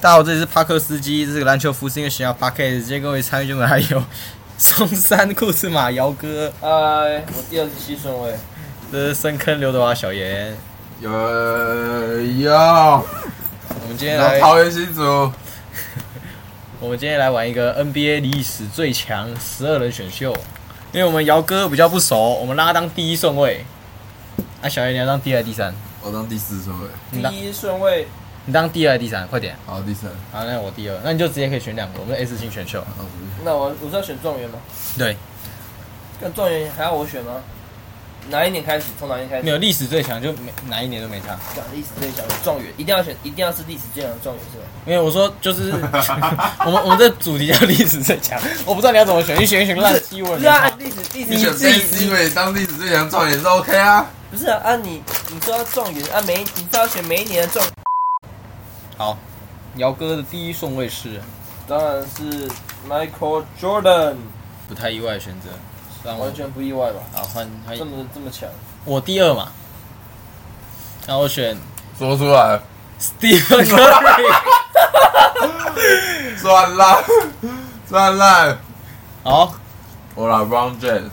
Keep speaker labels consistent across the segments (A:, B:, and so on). A: 大家好，这里是帕克斯基，这是个篮球服饰音乐学校 p a r k e 今天跟我一起参与节目的还有松山库斯马姚哥，
B: 嗨，
A: 哎
B: 我第二十七顺位。
A: 这是深坑刘德华小严。
C: 有有，
A: 我们今天来
C: 那，桃园新竹，
A: 我们今天来玩一个 NBA 历史最强十二人选秀，因为我们姚哥比较不熟，我们让他当第一顺位。啊，小严你要当第二、第三，
C: 我当第四顺位，
A: 你
B: 第
A: 当
B: 一顺位，
A: 你当第二、第三，快点。
C: 好第三，
A: 好，那我第二，那你就直接可以选两个，我们的 S 型选秀。
C: 好不
B: 那我我是要选状元吗？
A: 对，
B: 那状元还要我选吗？哪一年开始？从哪一年开始？
A: 没有历史最强就没哪一年都没差。
B: 讲历史最强的状元，一定要选，一定要是历史最强的状元是吧？
A: 没有，我说就是 我们我们这主题叫历史最强，我不知道你要怎么选，你选一选烂七我也没
B: 不是啊，
A: 差
B: 按。历史历
C: 你
B: 史
C: 选 B 机位当历史最强状元是 OK 啊？
B: 不是啊，按你你说要状元，按每你知道选每一年的状，
A: 好，姚哥的第一顺位是
B: 当然是 Michael Jordan，
A: 不太意外的选择，让我
B: 完全不意外吧？
A: 好换换
B: 这么这么强，
A: 我第二嘛，然后我选
C: 说出来，
A: Stephen Curry。
C: 算烂，算烂，
A: 好，
C: 我啦 Brown James，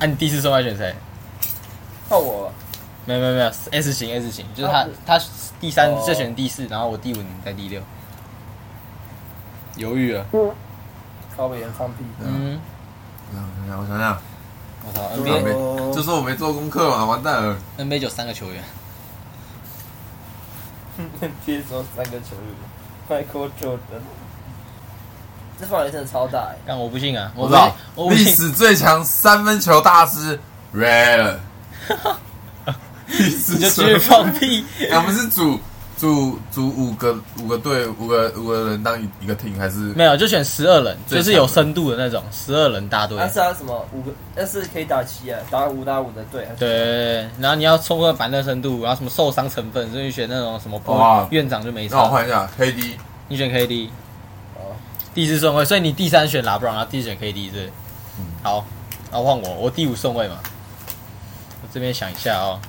A: 那、你第四顺位选谁？
B: 看我吧
A: 没有没有没有，S 型 S 型，就是他
B: 啊
A: 他第三
B: 哦
A: 再选第四，然后我第五你在第六，犹豫了。
B: 靠北人放屁。
A: 嗯，
C: 我想想，我想想，
A: 我操
C: 我还
A: ，NBA
C: 没就是我没做功课嘛，完蛋了，
A: NBA 就三个球员，
B: 接手三个球员，Michael Jordan，这范围真的超大哎、
A: 但我不信啊，我
C: 我
A: 不
C: 知道
A: 信，我不
C: 历
A: 信，
C: 史最强三分球大师 Rare，历史
A: 你就继
C: 最
A: 续放屁。
C: 哎我们是组组组五个五个队五个五个人当一一个 team 还是
A: 没有，就选十二人，就
C: 最
A: 是有深度的那种十二人大队。
B: 那啊是他什么五个？那是可以打七啊，打五打五的队。还是
A: 对，然后你要充分板凳深度，然后什么受伤成分，所以你选那种什么部
C: 哇
A: 院长就没
C: 那我
A: 差。
C: 换一下 黑 D，
A: 你选 KD，
B: 哦，
A: 第四顺位，所以你第三选拉布朗，然后第四选 KD 是
C: 嗯。
A: 好，然后换我，我第五顺位嘛。我这边想一下哦，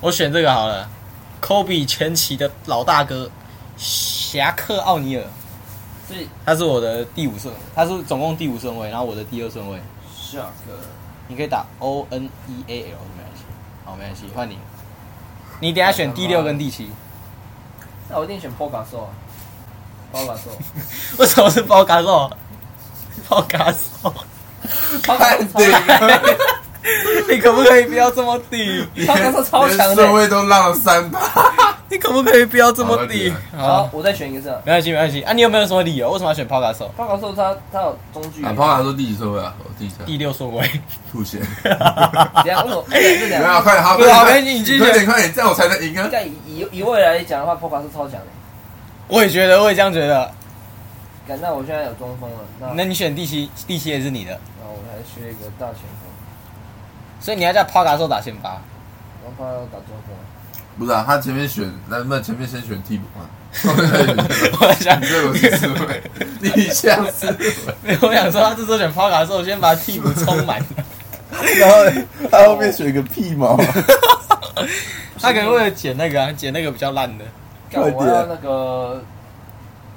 A: 我选这个好了，科比前期的老大哥侠客奥尼尔，
B: 所以
A: 他是我的第五顺，他是总共第五顺位，然后我的第二顺位。
B: 下个
A: 你可以打 O N E A L 没关系，好没关系，换你。你等一下选第六跟第七，
B: 那我一定选 p o g a s o 啊 p o g a s o
A: 为什么是包卡兽？ 包卡兽，
C: 太顶了，
A: 你可不可以不要这么低？
B: 他那时候超强的
C: 连 顺位都让了三趴，
A: 你可不可以不要这么低？
B: 好
A: 好，，
B: 我再选一个是吧
A: 没关系没关系。啊，你有没有什么理由？为什么要选包卡兽？
B: p o g a s o 他他有中距离，
C: 俺胖还说第几顺位啊？我第几顺位
A: 第六顺位，
C: 吐血，
B: 等一下为什么？哎，这
C: 没
B: 两
C: 有，啊
B: 个
C: 快点，好，
A: 不是好
C: 快
A: 没你继
C: 点，
A: 续
C: 快点，快点，这样我才能赢啊
B: 应！该以以以未来讲的话 p o g a s o 超强的。
A: 我也觉得，我也这样觉得。
B: 感那我现在有中锋了，那
A: 那你选第七，第七也是你的，
B: 那我还缺一个大前锋，
A: 所以你要叫包卡兽打先发。
B: 然后他要打中锋啊。
C: 不是啊，他前面选，那那前面先选替补嘛。
A: 我想
C: 你，这个是思维，你像思 维，
A: 没有， 我想说他这周选包卡兽，先把替补充满。
C: 然后他后面选个屁毛，
A: 他可能为了捡那个啊，捡那个比较烂的。
B: 干
C: 快
B: 我
C: 点
B: 要那个，哦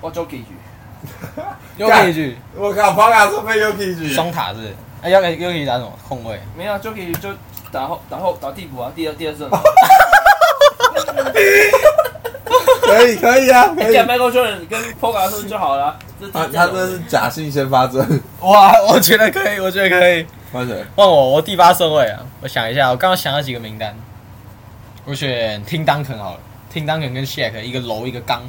B: 我 j o k i
A: 又可以去
C: 我靠，庞卡是被 Yuki 举，
A: 双塔是不是？哎，又可以又可以打什么控卫？
B: 没有 j o k i 就打后打后打替补啊，第二第二阵。
C: 可以可以啊， 可以
B: 讲。Michael Jordan 跟 Poga 说就好了，这
C: 他啊他这是假性先发症，
A: 哇， 我觉得可以，我觉得可以。
C: 换谁？
A: 换我，我第八顺位啊，我想一下，我刚刚想了几个名单，我选听当肯好了，听当肯跟 Shaq 一个楼一个刚，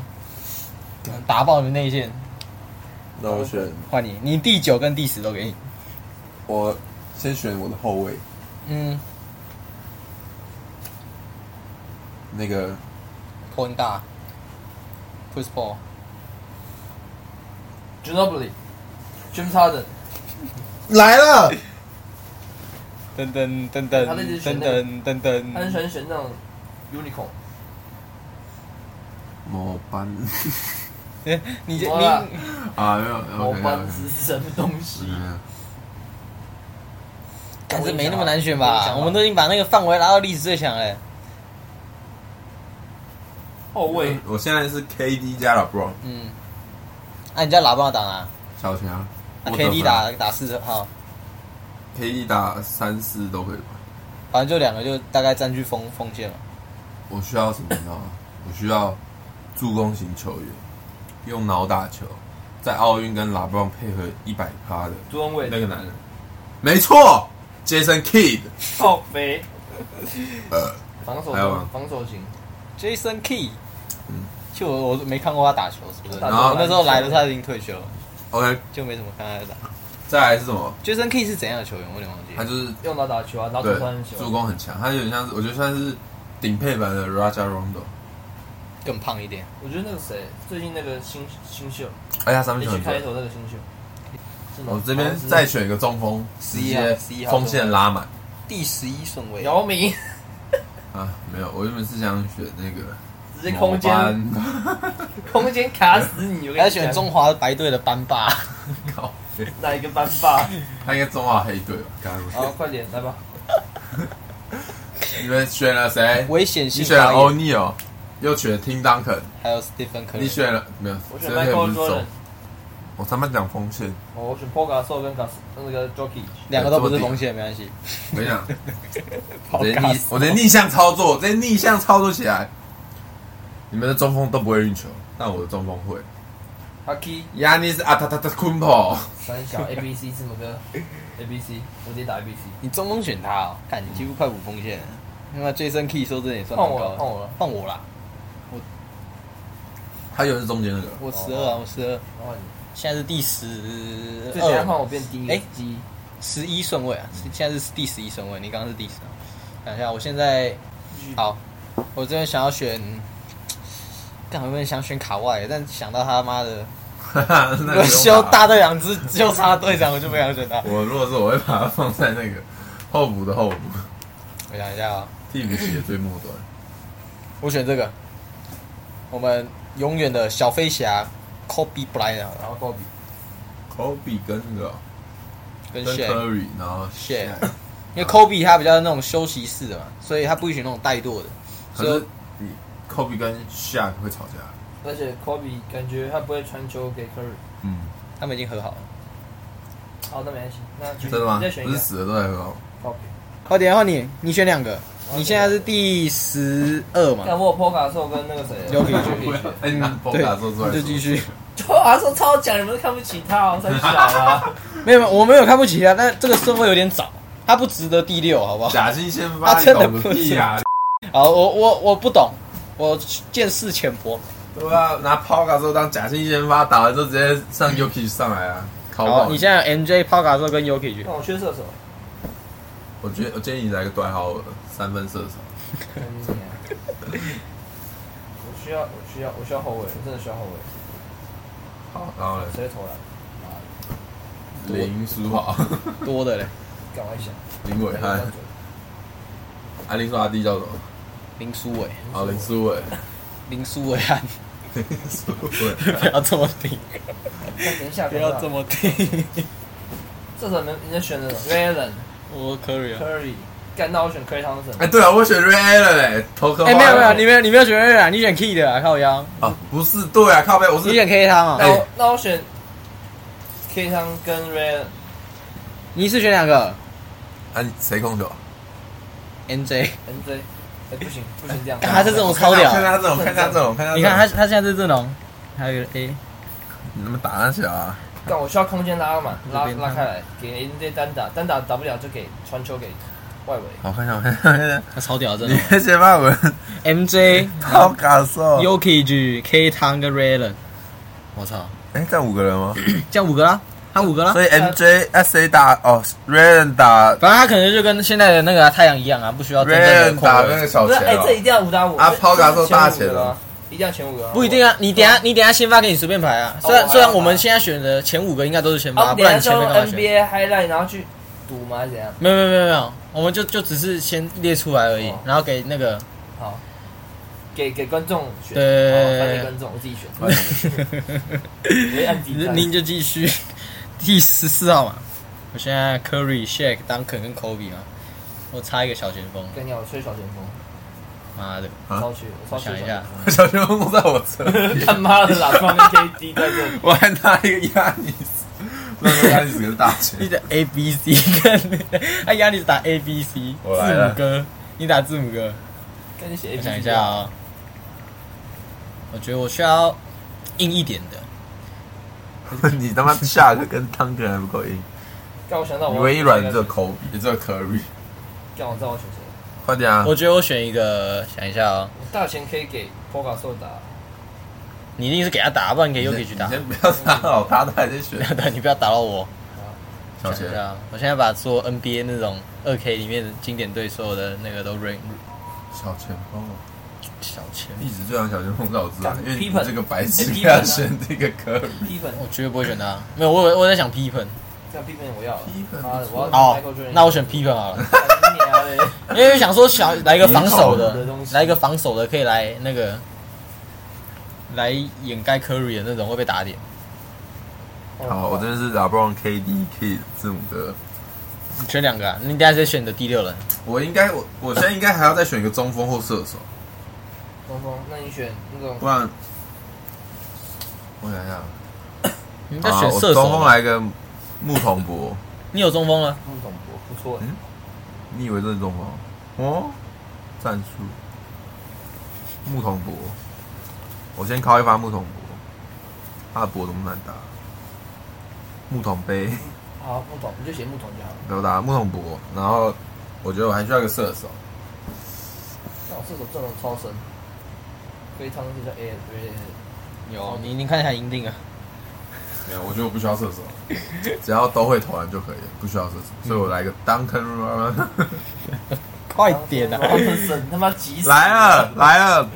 A: 打爆你们内线。
C: 那我选
A: 换你，你第九跟第十都给你。
C: 我先选我的后卫，
A: 嗯，
C: 那个
A: 破音大，Push Ball，
B: Ginobili、James Harden，
C: 来了，
A: 噔噔噔噔
B: 他那只选
A: 噔
B: 那个
A: 噔噔
B: 他很
A: 噔
B: 喜，欢选那种 unicorn，
C: 某班
A: 哎你这
B: 我啦
A: 你
C: 啊，没有，
B: 魔
C: 我
B: 方是什么东西？
A: 可是
B: 我跟你
A: 没那
B: 讲
A: 么
B: 啊
A: 难选
B: 我跟你
A: 吧？
B: 讲啊
A: 我们都已经把那个范围拉到历史最强了。
B: 后卫
C: 我现在是 KD 加 LeBron，
A: 嗯，那、啊你叫喇叭打哪？
C: 小强。
A: 那
C: 我得分
A: KD 打打四号，
C: KD 打三四都可以吧？
A: 反正就两个就大概占据锋锋线嘛。
C: 我需要什么你知道吗？我需要助攻型球员，用脑打球，在奥运跟 LeBron 配合一百趴的
B: 中卫
C: 那个男人，没错，Jason Kidd。
B: 靠背
C: 呃，
B: 防守
C: 还有吗
B: 防守型，
A: Jason Key，
C: 嗯
A: 就我我没看过他打球，是不是？
B: 他
C: 打
A: 我那时候来的时候他已经退休了，
C: OK，
A: 就没怎么看他在打。
C: 再来是什么？
A: Jason Key 是怎样的球员？我有点忘记
C: 他
A: 了。
C: 就是
B: 用到打球啊，然后
C: 对
B: 投三分
C: 助
B: 球，
C: 攻很强，他有点像是我觉得算是顶配版的 Raja Rondo，
A: 更胖一点，
B: 我觉得那个谁最近那个新新秀
C: 而且哎他三分球
B: ，H
C: 很
B: 开
C: 准。
B: 头那个新秀，是吗
C: 我这
B: 好
C: 边
B: 像是
C: 再选一个中锋，直
A: C 啊
C: 接
A: C 号
C: 锋线拉满
A: 第十一顺位。
B: 姚明
C: 啊！没有，我原本是想选那个
B: 直接空间
C: 某班
B: 空间卡死你，我跟
A: 还要
B: 你
A: 选
B: 讲，
A: 中华白队的班霸，
C: 靠背，
B: 哪一个班霸？
C: 他应该中华黑队吧？刚刚
B: 好，快点来吧，
C: 你们选了谁？
A: 危险
C: 你
A: 性
C: 选了
A: 发言，
C: O'Neal，又选了 Tim Duncan，
A: 还有 Stephen Curry。
C: 你选了没有？
B: 我选
C: Stephen Curry 不
B: Michael
C: 是
B: Jordan，
C: 中我他妈讲锋线，
B: 哦我选 p o g a s o 跟 Gas 那个 Jockey，
A: 两个都不是锋线，没关系。
C: 我跟你讲，
A: 好
C: 我直接
A: 尬
C: 逆，我直接逆向操作，直接逆向操作起来。你们的中锋都不会运球，但我的中锋会。
B: 他 Key
C: 亚尼斯阿塔塔塔昆普，
B: 三 小 A B C 字母哥 A B C，我直接打 A B C，
A: 你中锋选他哦，看你几乎快补锋线了。那 Jason Key 说真的也算
B: 换
A: 蛮
B: 我
A: 高
B: 了，
A: 的
B: 换我了，
A: 换我啦，
C: 他又是中间那个。
A: 我十二
B: 哦
A: 啊，我十二，
B: 然后
A: 现在是第十
B: 你，所以等一下换
A: 呃二，
B: 我变第一
A: 哎
B: 机，
A: 十一顺位啊，现在是第十一顺位，你刚刚是第十啊。等一下，我现在好，我这边想要选，干我原本想选卡外，但想到他妈的，
C: 那
A: 我
C: 个
A: 修大队长只就差队长，我就不想选他。
C: 我如果是我会把它放在那个候补的候补，
A: 我想一下啊，
C: 替 补席的最末端。
A: 我选这个，我们永远的小飞侠 Kobe Bryant 啊好了
B: 然后 Kobe，
C: Kobe 跟那个
A: 跟
C: 跟
A: s h a
C: Curry，然后
A: Shaq
C: Shaq
A: 因为 Kobe 他比较那种休息式的嘛，所以他不允许那种怠惰的。
C: 可
A: 所以
C: 是你 Kobe 跟 Shaq 会吵架，
B: 而且 Kobe 感觉他不会传球给 Curry，
C: 嗯，
A: 他们已经和好了。
B: 好，那没关系，那继续
C: 真的吗
B: 你再？选一
C: 不是
B: 个
C: 死了都还哦好。
B: Kobe，
A: 快点换你，你选两个。
B: 我要选两个
A: 你现在是第十二嘛
B: 看我 p o g a s o 跟那个谁啊
A: Jokic
C: 哎，你拿 b
A: 嗯对
C: o 做出来，
A: 你就 继续。
B: p o g a s o 超强，你们都看不起他 哦，太小了，
A: 没有，没有，我没有看不起他，但这个顺位有点早，他不值得第六，好不好？
C: 假新先
A: 啊
C: 发，你
A: 真的
C: 懂
A: 不
C: 个屁 啊呀！
A: 好，我我我不懂，我见识浅薄。
C: 对啊，拿 p o g a 做当假新先发，打完之后直接上 Yuki 上来啊，考
A: 嗯好，
C: 爆
A: 你现在有 MJ、p o g a 跟 Yuki
B: 那我缺射手，
C: 我觉得我建议你来个短好三分射手，
B: 嗯我需要我需要我需要后卫，我真的需要后卫，
C: 好，然后呢，
B: 谁会投篮？
C: 林书豪、
A: 多的嘞，
B: 赶快想，
C: 林伟汉、啊，林书豪弟叫什么？
A: 林书伟、
C: 好，林书伟，
A: 林书伟啊，
C: 林书伟，
A: 不要这么听，
B: 那等一下，
A: 不要这
B: 么。
A: 么听。
B: 射手能你能选择 Valen
A: 我 Curry 啊。
B: Curry，干到我选 Clay Thompson，
C: 哎，对啊，我选 Ray Allen 哎，头壳
A: 哎，没有没有，
C: 花
A: 你没有你没有选 A 啊，你选 Key 的啊，靠腰，
C: 啊，不是，对啊，靠背，我
A: 你
C: 是
A: 选 K 他嘛
B: 那？我
C: 哎
B: 那我选 K 汤跟 Ray，
A: 你一次选两个
C: 啊，你谁控球？
A: MJ。
B: NJ，哎不行不行这样，
A: 干他是这种超屌
C: 看看他这种，看看他这种，看 看
A: 你看他，他现在是阵容，还有一个 A，
C: 你他妈打他小啊！
B: 干我需要空间拉嘛，
A: 这
B: 拉
A: 边他
B: 拉开来给 NJ 单打，单打打不了就给传球给外围，
C: 好看一下，我看一下，我看一下，
A: 他超屌的
C: 你 看前发文
A: MJ、
C: 好哦感受。
A: Yokij、K 汤跟 Raylan，我操，
C: 哎，这样五个人吗？
A: 这样五个啦，他五个啦，
C: 所以 MJ 啊，谁打？哦，Rayon 打
A: 反正他可能就跟现在的那个太阳一样啊，不需要真正
C: Rayon
A: 的
C: 打
A: 控
C: 那
A: 卫。
C: 个小
B: 不是哎
C: 钱
B: 这一定要五打五
C: 啊
B: 这
C: 抛打
B: 这
C: 说大
B: 前五个
C: 前了
B: 啊一定要前五个啊，
A: 不一定啊，你等一下你等一下先发给你随便排啊。虽然
B: 哦我还要
A: 虽然我们
B: 打
A: 现在选的前五个应该都是先
B: 我，
A: 发，
B: 啊
A: 不
B: 等
A: 然
B: 一
A: 你
B: 下
A: 前
B: 就
A: 面
B: 用
A: 干嘛选？
B: NBA highlight 然后去赌吗？还是怎样？
A: 没有没有没有没有，我们就就只是先列出来而已
B: 哦，
A: 然后给那个
B: 好，给给观众选，
A: 对
B: 哦反正给观众我自己选， 我会按自己
A: 您
B: 看
A: 您就继续第十四号嘛。我现在 Curry、Shaq、Duncan 跟 Kobe 嘛，我差一个小前锋。
B: 跟你讲，我吹小前锋，
A: 妈的，
C: 啊
B: 超缺，我超缺
A: 想一下
B: 小
C: 哦小旋风在我这 里，
B: 牛， 他妈的喇叭跟 KD 在这里，
C: 我还拿一个亚尼斯，那个亚尼斯可是大
A: 你
C: 前，
A: 的 A B C 跟，哎呀，你打 A B C
C: 我来
A: 字
C: 了
A: 母哥，你打字母哥，
B: 跟你写
A: 我
B: A
A: 想一下啊、我觉得我需要硬一点的，
C: 你他妈下个跟汤哥还不够硬，
B: 干我想到
C: 你
B: 我
C: 唯一软的只有口笔，只有 Curry，
B: 干我知道我选谁，
C: 快点啊！
A: 我觉得我选一个，想一下啊、
B: 我大前可以给 p o g a s o 打，
A: 你一定是给他打，不然给 Yuki 去打
C: 你，先不要打扰他，他还在 选
A: 对，你不要打到我。
C: 小
A: 想
C: 杰
A: 一。下啊，我现在把所有 NBA 那种二 K 里面的经典队所有的那个都 rank
C: 小前锋哦，
A: 小前，
C: 一直就让小前锋在我知道，
B: 干
C: 因为你
B: Pippen
C: 这个白痴
B: Pippen 啊
C: 要选这个 Curry。
B: 批粉，
A: 我绝对不会选他。没有，我我在想 P 喷。
B: 这样批粉我要了
C: Pippen，
B: 妈的，我要
A: 哦
B: Michael Jordan，，
A: 那我选 P 喷好了，
B: 干你娘嘞，
A: 因为想说想来一个防守的
B: 你好的东，西
A: 来一个防守的可以来那个来掩盖 Curry 的那种会被打点。
B: 哦
C: 好，我真的是 LeBron KD K 字母哥，
A: 你选两个、啊，你等一下再选你的第六人。
C: 我应该我我现在应该还要再选一个中锋或射手，
B: 东峰，那你选那种
C: 不然我想想，
A: 你应该
C: 啊，
A: 选
C: 我
A: 射
C: 中锋
A: 手。
C: 来个木桶博，
A: 你有中锋了？
B: 木桶博不错欸，
C: 你以为这是中锋？哦，战术木桶博，我先敲一发木桶博，他的博怎么难打？木桶杯
B: 好木桶你就写木桶就好了，
C: 对不打木桶博，然后我觉得我还需要一个射手，
B: 那我射手阵容超神，非常就叫 A A，
A: 有，哦你你看一下赢定了。啊
C: 没有，我觉得我不需要射手， 只要都会投篮就可以了，不需要射手，所以我来一个 Duncan，
A: 快点啊！
B: 神他妈急死，
C: 来啊了来了，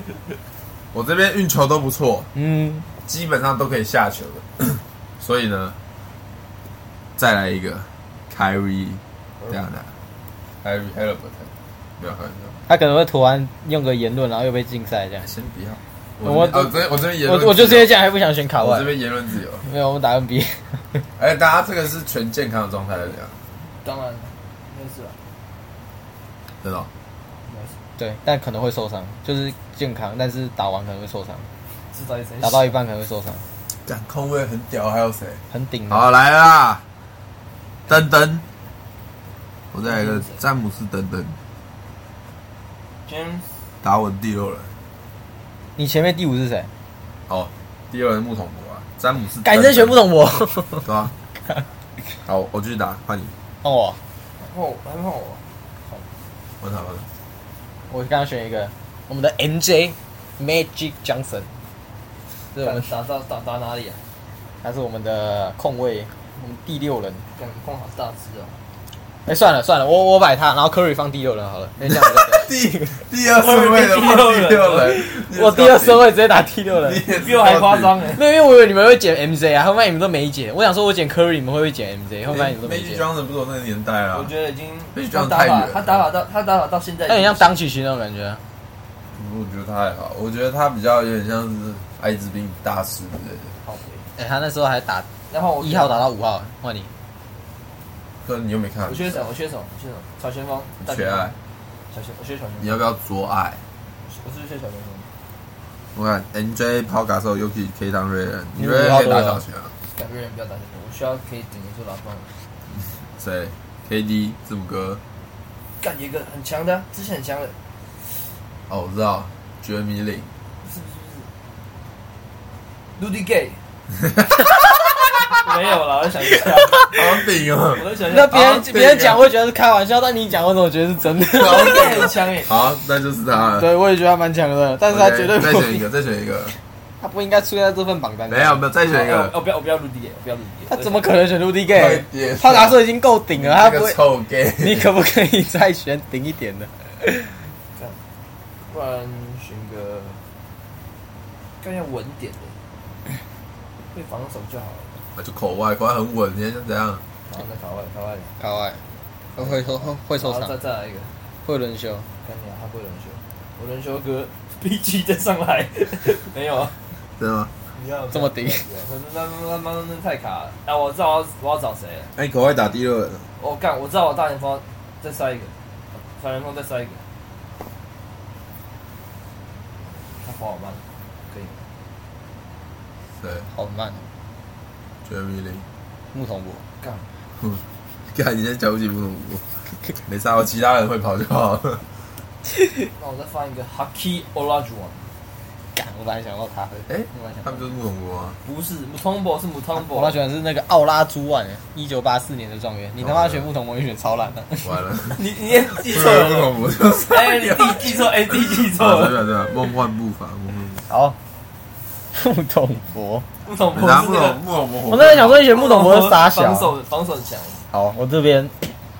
C: 我这边运球都不错，
A: 嗯，
C: 基本上都可以下球的。 所以呢，再来一个 Kyrie 这样的 Kyrie h a l i b u r t 不要开玩笑，
A: 他可能会突然用个言论，然后又被禁赛这样。
C: 哎先不要。
A: 我
C: 我这边哦我这边我这边
A: 我
C: 言论自由，
A: 我就直接这样，还不想选卡
C: 我
A: 外
C: 这。边言论自由。
A: 没有，我们打 NBA。
C: 哎，大家这个是全健康的状态的，这样
B: 当然没事了，
C: 真的哦
B: 没事，
A: 对，但可能会受伤，就是健康，但是打完可能会受伤，
B: 制造一声
A: 打到一半可能会受伤，
C: 干空位很屌，还有谁？
A: 很顶
C: 好
A: 的。
C: 来啦，登登，我再来一个詹姆斯登登，
B: James
C: 打我第六人。
A: 你前面第五是谁？
C: 哦，第六人木桶博啊，詹姆斯。
A: 改成全部
C: 懂。
A: 懂我。
C: 对啊。好，我继续打，换你。
A: 哦，
B: 后还没换我，
C: 我打，我打。
A: 我刚刚选一个我们的 MJ Magic Johnson，这是我
B: 干
A: 们
B: 打到打打哪里啊？
A: 他是我们的控卫，我们第六人。
B: 干控好大 只哦，
A: 哎，算了算了，我我摆他，然后 Curry 放第六人好了。哎那这样
C: 第第二顺位的
B: 我以
C: 我第
B: 为第六
C: 六人，
A: 我我第二顺位直接打第六人。
C: 你
B: 比我还夸张。
C: 欸
B: 哎，
A: 没有，因为我以为你们会捡 MJ 啊，后面你们都没捡。我想说，我捡 Curry，你们会不会捡 MJ？后面你们都没
C: Magic
A: 捡。
C: Johnson 不是我那个年代啊
B: 我，觉得已经
C: 被
B: 他
C: John
B: 打
C: 太远
B: 法
C: 了
B: 他打法到他打法到现在已
A: 那很
B: 经，
A: 像当曲奇那种感觉啊。
C: 我觉得他还好，我觉得他比较有点像是艾滋病大师之类的。
B: 好，
A: 哎、他那时候还打
B: 然后我
A: 一号打到五号，换你。
C: 可是你又没看，
B: 我缺什么？我缺什么？我缺什么？小前锋，大
C: 缺
B: 前锋
C: 爱，
B: 小前，我缺小前锋
C: 你，要不要做爱？
B: 我是不是缺小前锋。
C: 我看 NJ 抛卡手 Yuki K 当瑞恩，
A: 你
C: 你瑞恩可以打
A: 五号多
C: 小
A: 了
C: 前啊？
B: 两个人不要打前锋，我需要可以顶得住老方。
C: 谁？KD 字母哥？
B: 干有一个很强的啊，之前很强的，
C: 哦，我知道，Jeremy Lin。
B: 不是不是不是，Rudy Gay。没有啦，我在想一下，
C: 好顶哦
B: 我！在想一
A: 那
B: 下。
A: 别人
C: 啊对啊
A: 别人讲会觉得是开玩笑，但你讲我怎么觉得是真的？
C: 好
B: 对，
C: 顶
B: 很
C: 哦！
B: 强哎，
C: 好，那就是他了。
A: 对，我也觉得他蛮强的，但是他
C: OK，
A: 绝对
C: 再
A: 不
C: 选一个，再选一个。
A: 他不应该出现在这份榜单。
C: 没有，没有，再选一
B: 哎
C: 个。
B: 我不要，我不要 Rudy Gay，我不要 Rudy Gay。
A: 他怎么可能选 Rudy
C: 快
A: Gay？
C: 点
A: 呃他拿手已经够顶了，他
C: 这
A: 不
C: 个
A: 会。
C: 臭 gay。
A: 你 可不可以再选顶一点的？
B: 不然选个更要稳点的， 会防守就好了。
C: 就口外，口外很稳，你看怎样？
B: 然后再卡外，卡外，
A: 高外，啊会会受会
B: 然后再再来一个，
A: 会轮休。
B: 干你啊，他不会轮休，我轮休哥 BG 再上来， 没有啊，
C: 真的吗？
B: 你要
A: 这么顶
B: 那那那那那那太卡了。哎、我知道我要我要找谁了，
C: 哎、口外打第六人，
B: 我、干，我知道我大前锋再塞一个，小前锋再塞一个，
D: 对
A: 好慢哦，
D: ，Jeremy Lin，
A: 木桶博。
B: 干，
D: 看你现在瞧不起木桶 博，没啊啥，我其他人会跑就好 了。
B: 那我再放一个 Haki Olajuwon，
A: 干，我本来想到他的，
D: 哎、
A: 我本来想
D: 他
A: 到
D: 们就是木桶博啊，
B: 不是 Mutombo 是
A: 我老
B: Mutombo，
A: 喜欢是那个奥拉朱万，一九八四年的状元。你他妈选木桶博，你选超烂的。
D: 完 了，
B: 你你也记
D: 不
B: 错
D: 能木桶博
B: 了，
D: 就是。
B: 哎，你自己记错，哎，自己记错
D: 啊，对
B: 了，
D: 啊对啊，梦幻步伐，梦幻步伐。
A: 好， 木桶博，
B: 木桶博
D: 人家
B: 是
D: 木
B: 那个
D: 桶木桶博，
A: 我那天想说你选木桶博是傻小
B: 防。守防守很强，
A: 好，我这边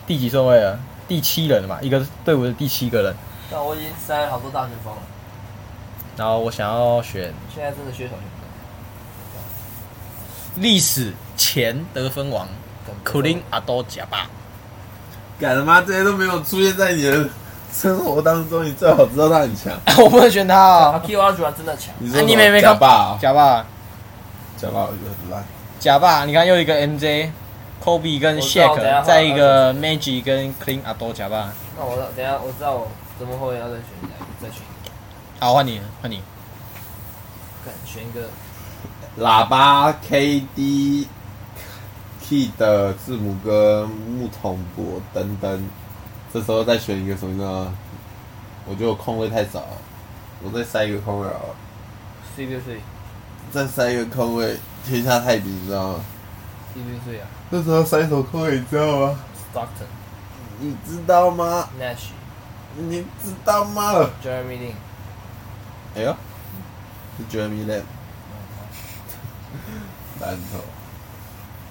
A: 第几顺位了？第七人了嘛，一个队伍的第七个人。
B: 但我已经塞了好多大前锋了，
A: 然后我想要选
B: 现在真的缺小前锋。
A: 历史前得分王库林阿多贾巴。
D: 敢他妈这些都没有出现在你的生活当中，你最好知道他很强。
A: 我不能选他啊！
B: Haki Olajuwon 真的强，
D: 你
A: 啊
D: 说
A: 你妹妹
D: 假
A: 看
D: 爸啊，
A: 贾巴，
D: 假爸我觉得很烂。
A: 贾巴，你看又一个 MJ。Kobe 跟
B: 我知道等一下
A: Shaq，再一个 Magic 跟 Clean 阿多贾巴。
B: 那我等一下我知道我怎么后卫要再选一个，再选一个，
A: 好，换你，换你。
B: 干选一个
C: 喇叭 KD、Key 的字母哥、木桶博等等，这时候再选一个什么呢？我觉得我空位太少了，我再塞一个空位好了，
B: C B C
C: 再塞一个空位，天下太平，你知道吗？
B: C B C 啊
C: 这时候塞什么空位，你知道吗？
B: ，Stockton、
C: 你知道吗？
B: Nash、
C: 你知道吗？
B: Jeremy Lin，
C: 哎呦，是 Jeremy Lamb，烂头。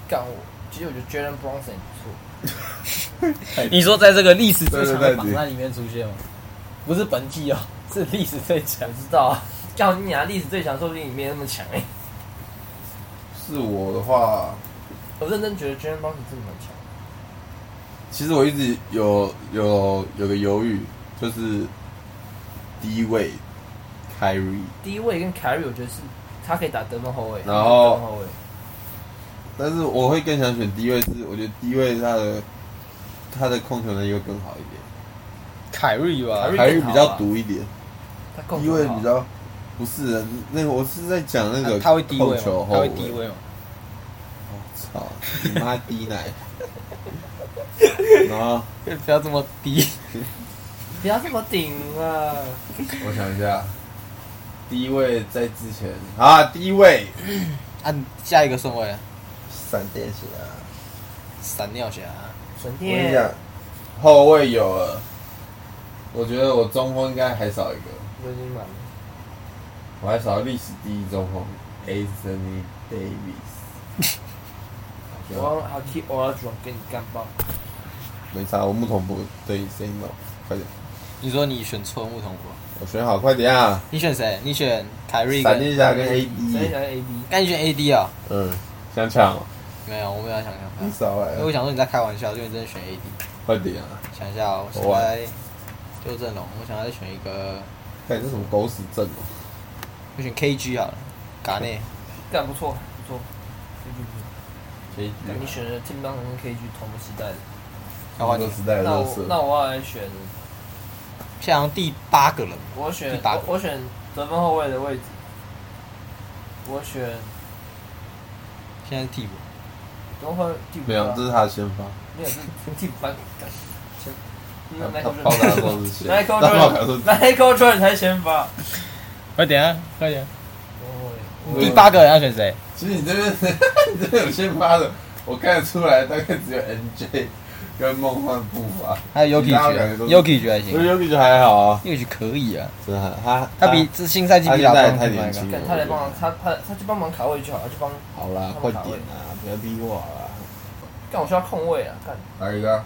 B: 干我，其实我觉得 Jalen Brunson 也不错。
A: 你说在这个历史最强
C: 对
A: 的
C: 对对
A: 榜单里面出现吗？不是本季哦， 是历史最强
B: 我。知道啊，叫你拿历史最强，说不定你没那么强哎、
C: 是我的话，
B: 我认真觉得 j a m e Brown 真的蛮强，
C: 其实我一直有有有个犹豫，就是低位 carry，
B: 第一位跟凯瑞，我觉得是他可以打得分后卫，
C: 然后
B: 得分后卫
C: 但是我会更想选低位，是我觉得低位他的他的控球能力会更好一点
A: 凯瑞吧
B: 凯瑞
C: carry
B: 更好啊
C: 比较毒一点，
B: 他控
C: 低
B: 球
C: 位
B: 好啊
C: 比较不是啊那个我是在讲那个
A: 他会低
C: 控
A: 位
C: 球
A: 吗？
C: 后
A: 他会
C: 卫，
A: 低位吗？
C: 操你妈低奶，然后
A: 不要这么低。
B: 不要这么顶啊！
C: 我想一下，低位在之前啊低位
A: 按下一个顺位，
C: 闪电侠。
A: 闪尿侠。
B: 闪
C: 我跟
B: 电
C: 你讲，后卫有了，我觉得我中锋应该还少一个，
B: 我已经满了，
C: 我还少历史第一中锋 Anthony Davis。
B: 我
C: 好
B: 要 Haki Olajuwon 跟你干爆，
C: 没差，我木桶不对 s a m 快点，
A: 你说你选错木桶国，
C: 我选好，快点啊！
A: 你选谁？你选凯瑞
C: 闪电
A: 跟？
C: 侠跟
B: 闪电
C: AD，
B: 侠跟 AB，
A: 那你选 AD 啊？
C: 嗯，想抢哦，
A: 没有，我没有想想
C: 很
A: 看。
C: 少哎
A: 因为，我想说你在开玩笑，就你真的选 AD。
C: 快点啊！
A: 想一下哦，我想
C: 哇
A: 来纠正龙，我想要再选一个，
C: 看这什么狗屎阵哦，
A: 我选 KG 好了，嘎内。
B: 干不错不错。KG 不错
C: 谁
B: 干你选的 Tim Duncan 跟 KG 同个时代的，
A: 要换你
C: 这，时代的
B: 那
C: 乐
B: 我那
C: 色，
B: 我要来选，
A: 现在好像第八个人吧。
B: 我选
A: 第八个
B: 我我选得分后卫的位置，我选
A: 现在是替补。
B: 得分后卫替补
C: 没有
B: 啊，
C: 这是他的先发，
B: 没有，是替补 班干。先那
C: 他
B: Michael
C: 他炮打的时候
B: Jordan
C: 是先，他
B: Michael
C: 炮打的时 候
B: Jordan Michael Jordan 才先发。
A: 快点啊，快点！
C: 我
A: 第八个人要选谁？
C: 其实你这边 你这边有先发的，我看得出来，大概只有 NJ 跟梦幻步伐。
A: 还有 Yuki
C: 其他两个都是
A: Yuki 觉得还
C: 我
A: 行
C: 觉得 Yuki 就还好啊，
A: ，Yuki 可以啊，
C: 真的还他
A: 他比这新赛季比老
C: 他现在
A: 方
C: 太
A: 更那
C: 年
A: 个
C: 轻。
B: 干他来帮忙他他他去帮忙卡位就好，他去帮
C: 好啦，快点啊，不要逼我啊！
B: 干我需要控位啊，干
C: 来一个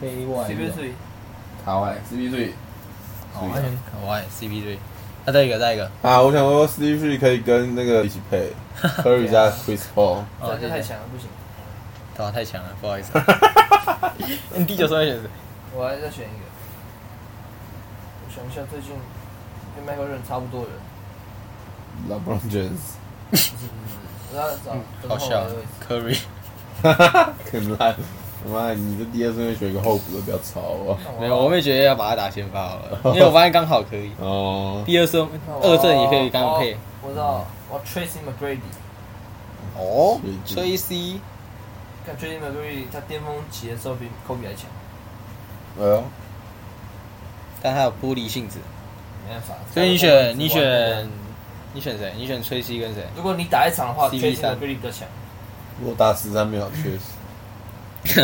A: K
B: 随便随
C: 卡外 CP three
B: 啊
A: 好安全可爱 CP 3那再一个，再一个，
C: 啊，我想说 CP three 可以跟那个一起 配 Curry 加 Chris Paul，
A: 哦
B: 这
A: 谢
B: 个
A: 谢
B: 太强了不行，
A: 哇，太强了，不好意思。 你第九顺位选谁？
B: 我还再选一个。我想一下，最近跟 Michael Jordan 差不多的人，
C: LeBron James，
B: 不是不是，我要找得
A: 嗯好
B: 分后卫
A: 笑
B: 的位
A: ，Curry。
B: 置。
C: 哈哈，很烂。妈，你这第二顺位选一个后补的，不要吵我。
B: 干
A: 没有，我们也觉得要把他打先发好了，因为我发现刚好可以。
C: 哦，
A: 第二顺
B: 那我哦
A: 二阵也可以刚好配，
B: 我我知道，我 Tracy McGrady，
A: 哦
E: 吹
A: C，
B: 看 Tracy McGrady 他巅峰期的时候比 Kobe 还强，
E: 哎呦，
A: 但他有玻璃性质。
B: 没办法。
A: 所以你
B: 他如果
A: 选，你
B: 只玩那
A: 选你选
B: 个，
A: 谁？你选崔西跟谁？
B: 如果你打一场的话
A: CP3
B: ，Tracy McGrady 比较强。
E: 如果打十三秒，确实，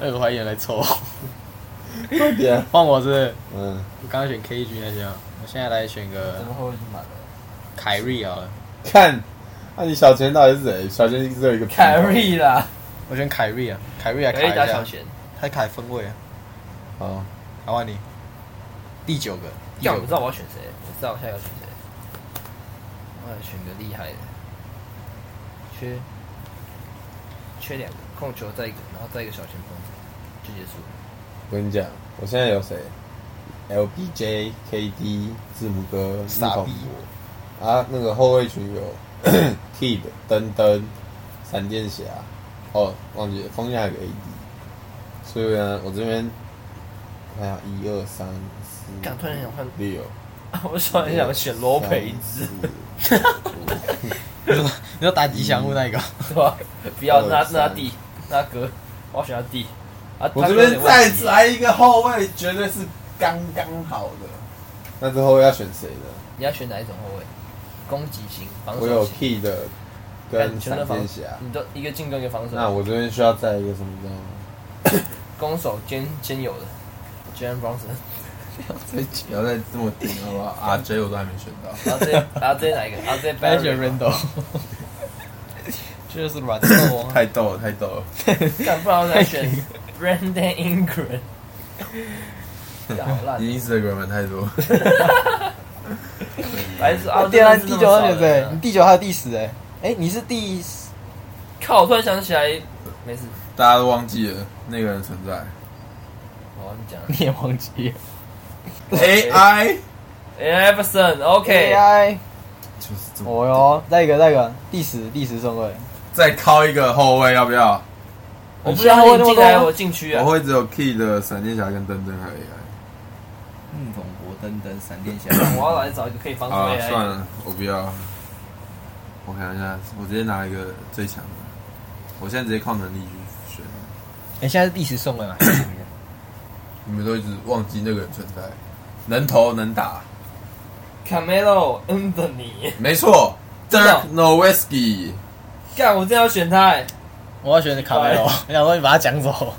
A: 二个怀疑来抽，
E: 快点，
A: 换我是不是
E: 嗯，
A: 我刚刚选 KG 那些嘛，啊我现在来选个
B: 怎么会已经满了
A: 凯瑞好了，
E: 看，那、你小钱到底是谁？小钱只有一个
B: 凯，瑞啦，
A: 我选凯瑞啊，凯瑞来
B: 凯瑞
A: 卡
B: 打
A: 一
B: 小
A: 下，
B: 贤，
A: 他卡分位啊，
E: 好，
A: 好啊换你，第九个，第
B: 干，我
A: 九
B: 不知
A: 个
B: 道我要选谁，我知道我现在要选谁，我要选个厉害的，缺缺两个控球，再一个，然后再一个小前锋，就结束了。
E: 我跟你讲，我现在有谁？LBJ、KD、字母哥、
A: 傻逼
E: 木桶博啊，那个后卫群有 Kid、登登、闪电侠，哦，忘记了，锋线还有个 AD，所以呢，我这边我看一下一二三四，
B: 干突然想换
E: 六，
B: 我突然想选罗培兹，
E: 三四五
A: 你说打吉祥物那一个，
B: 对吧？不要
E: 二
B: 那
E: 三
B: 那弟那哥，我要选他弟。啊，
E: 我
B: 他
E: 这
B: 哥有
E: 边
B: 点
E: 再
B: 问题
E: 来一个后卫，绝对是刚刚好的。那之后要选谁呢？
B: 你要选哪一种后卫？攻击型、防
E: 我
B: 守
E: 有
B: 型？
E: Key 的
B: 干
E: 跟
B: 你全都
E: 闪
B: 防
E: 电侠，，
B: 你都一个进攻一个防守。
E: 那我这边需要再一个什么你知道吗？
B: 攻守兼兼有的 j a m Bronson，
C: 不要再这么顶好不好？阿 J 我都还没选到，
B: 阿 J 阿 J 哪一个？阿 J
A: 我要选
B: Barry，
A: Randall，这就是软豆 啊，
C: 太逗了，太逗了。
B: 干不然我想选 Brandon Ingram。干好烂，
C: 你 Instagram 太多，
B: 白痴啊！
A: 我点了
B: 真
A: 第
B: 的是
A: 九要选
B: 这么少人
A: 谁
B: 啊？
A: 你第九还有第十哎，哎，你是第十
B: 靠！我突然想起来，没事，
C: 大家都忘记了那个人存在。
B: 我跟你 讲。
A: 你也忘记了
E: 哎
C: AI
B: Everson，OK，、
A: AI，
C: 就是这么。
A: 哦哟，再一个再一个，第十第十顺位，
C: 再敲一个后卫要不要？
B: 我不知道你进来我禁区
C: 我
B: 啊，
C: 会只有 Key 的闪电侠跟登登啊还有 AI。
B: 嗯
F: 木桶博登登闪电 侠，
B: 我要来找一个可以防守
C: 好了
B: AI 的。
C: 啊算了，我不要。我看一下，我直接拿一个最强的。我现在直接靠能力去选。
A: 哎，现在是第十顺位嘛？
C: 你们都一直忘记那个人存在，能投能打，
B: Camelo Anthony，
C: 没错。
B: 真的
C: Dirk Nowitzki，
B: 干，我真的要选他、欸，
A: 我要选卡梅隆，我想说你把他讲走。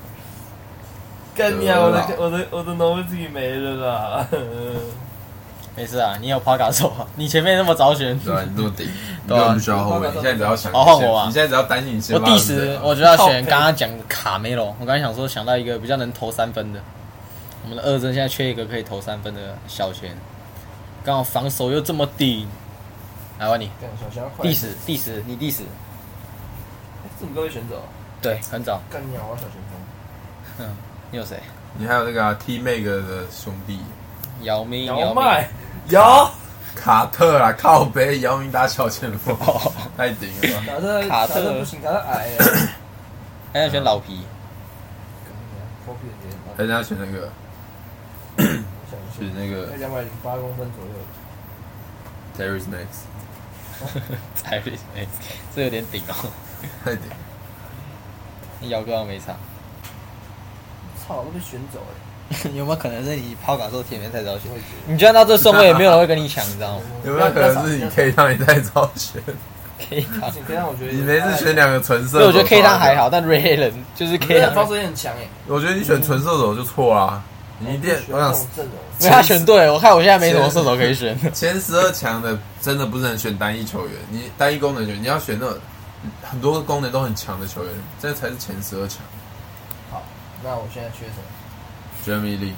B: 干你啊！我
C: 得了
B: 的我的我的 n o v i c 没了啦。
A: 没事啊，你有帕卡索啊，你前面那么早选，
C: 对啊，你这么顶，你
A: 对
C: 根
A: 啊
C: 本不需要后卫，你现在只要想，
A: 哦换我啊
C: 你现在只要担心你先
A: 我
C: 发
A: 第
C: 是谁
A: 十
C: 啊，
A: 我就要选
B: 靠
A: 刚刚讲的卡梅隆。我刚才想说想到一个比较能投三分的，我们的二阵现在缺一个可以投三分的小贤，刚好防守又这么顶，来吧你
B: 干小香
A: 第，十第十你第十，
B: 哎这么各位选啊走，
A: 对，很早，
B: 干你啊！我要小前锋，
A: 你有谁？
C: 你还有那个啊 T Mag 的兄弟
A: 姚明，
B: 姚
A: 姚明，
B: 麦，姚，
C: 卡特啊，靠背姚明打小前锋，太顶了 吧？
B: 卡特
A: 卡特
B: 特不行，卡特矮、 欸。
A: 还哎要选老皮，
B: 干你啊破壁的脸
C: 还是要选那个
B: 我想
C: 选
B: 选
C: 那个
B: 两百零八公分左右，
C: Terry Max，
A: 哎哎，这有点顶哦。
C: 太顶了。
A: 姚哥好像没差，
B: 操，都被选欸走 了、
A: 有没有可能是你抛卡之后前面才早选
B: 我？也觉
A: 你就算到这顺位，也没有人会跟你抢，你知道吗？
C: 有没有可能是你 K 让你太早选？
A: 可以
B: 得。
A: 打
B: 不。行，可以让我觉得哎
C: 你每次选两啊个纯
A: 所以
C: 色，
A: 我觉得 K 汤还，好，但 Ray 人就是
B: 你
A: K
B: 的防
A: 汤，
B: 守也很强哎、欸。
C: 我觉得你选纯射手就错啦。你一定，
B: 选
C: 我
B: 这
C: 想
B: 种阵容，
A: 没有他选对了，我看我现在没什么射手可以选。
C: 前十二强的真的不是很选单一球员，你单一功能球员，你要选那种很多功能都很强的球员，这才是前十二强。
B: 好，那我现在缺什么？
C: Jeremy Lin、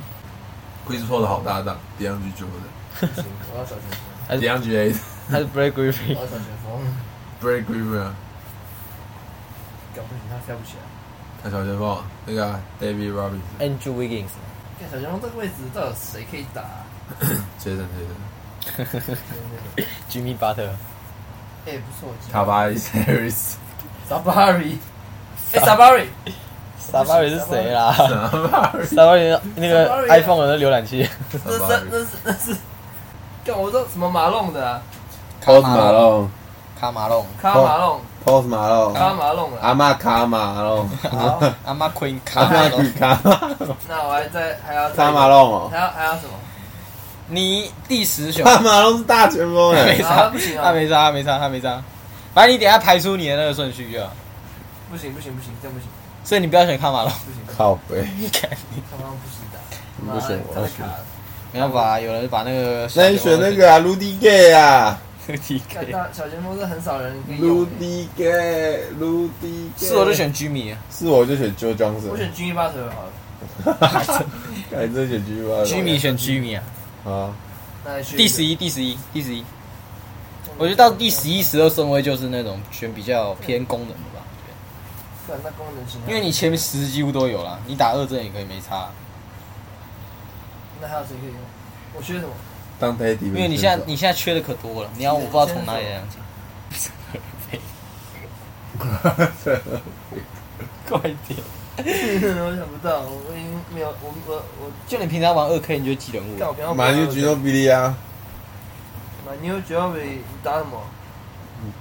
C: Chris Paul 的好搭档 d e a n g e Jordan、
B: 不行，我要小前锋。
A: 还
C: d
A: 是
C: e a n g e
A: 还是 Blake Griffin
B: 我要小前锋，
C: Blake Griffin，
B: 搞不行，他跳不起来。
C: 他小前锋那个啊 David Robinson、
A: Andrew Wiggins，
B: 看小前锋这个位置到底谁可以打、啊？
C: Jason Tatum、
A: Jimmy Butler，
B: 哎、不错，
C: 卡巴 Harris、
B: Sabari，哎、Sabari，
A: 傻巴人是谁啊啦？
C: Harris、
A: 傻巴人啊那个
B: Sabari 啊
A: iPhone 的浏览器，
B: 那是那是那是，干我知道什么马龙的、啊，
C: ，Post Malone，Post
A: 卡马龙，
B: 卡马
C: 哦
B: 龙，卡
C: Malone，
B: 马龙啊了。
C: 阿妈卡 马龙，
G: 好，
A: 阿妈 Queen 卡
C: 阿
A: 马
C: 妈
A: 龙
C: 去。卡马龙，
B: 那我还在还要再
C: 卡马，龙 哦，
B: 还要还要什么？
A: 你第十雄，
C: 卡马龙是大前锋哎
A: 没，
B: 啊
A: 差
B: 不行，啊
A: 他没差，他没差，他没差。反正你等一下排出你的那个顺序就好，
B: 不行不行不行，这样不行
A: 所以你不要选卡马龙。
B: 不行，
C: 靠背，
A: 你看你
B: 卡马龙不行的。
C: 你
B: 妈
C: 不选我
B: 他
C: 要
B: 在卡了
A: 没办法，有人把那个小
C: 那你选那个啊，Rudy Gay 啊
A: 体
B: 看到小前锋是很少人可以用的。
C: ，Rudy Gay，Rudy，Gay
A: 是我就，选居啊米，
C: 是我就选 Joe
B: 我
C: Johnson，
B: 选军医巴特好了，
C: 还真选 G 吧，
A: 居米选居米啊，
C: 啊，
B: 那还选
A: 第十一，第十一，第十一。我觉得到第十一、十二顺位就是那种选比较偏功能的吧，
B: 干，那功能型啊，
A: 因为你前面十几乎都有啦，你打二阵也可以没差，
B: 那还有谁可以用？我缺什么？
C: 当 Teddy，
A: 因为你现在你现在缺的可多了，你要我不知道从哪里来讲起。快点！
B: 我想不到，我已经没有，我我我
A: 就你平常玩二 K 你就记人物啊
B: 干，我平常
C: 马
B: 牛
C: 就举到比利啊，
B: 马牛举到比你打什么？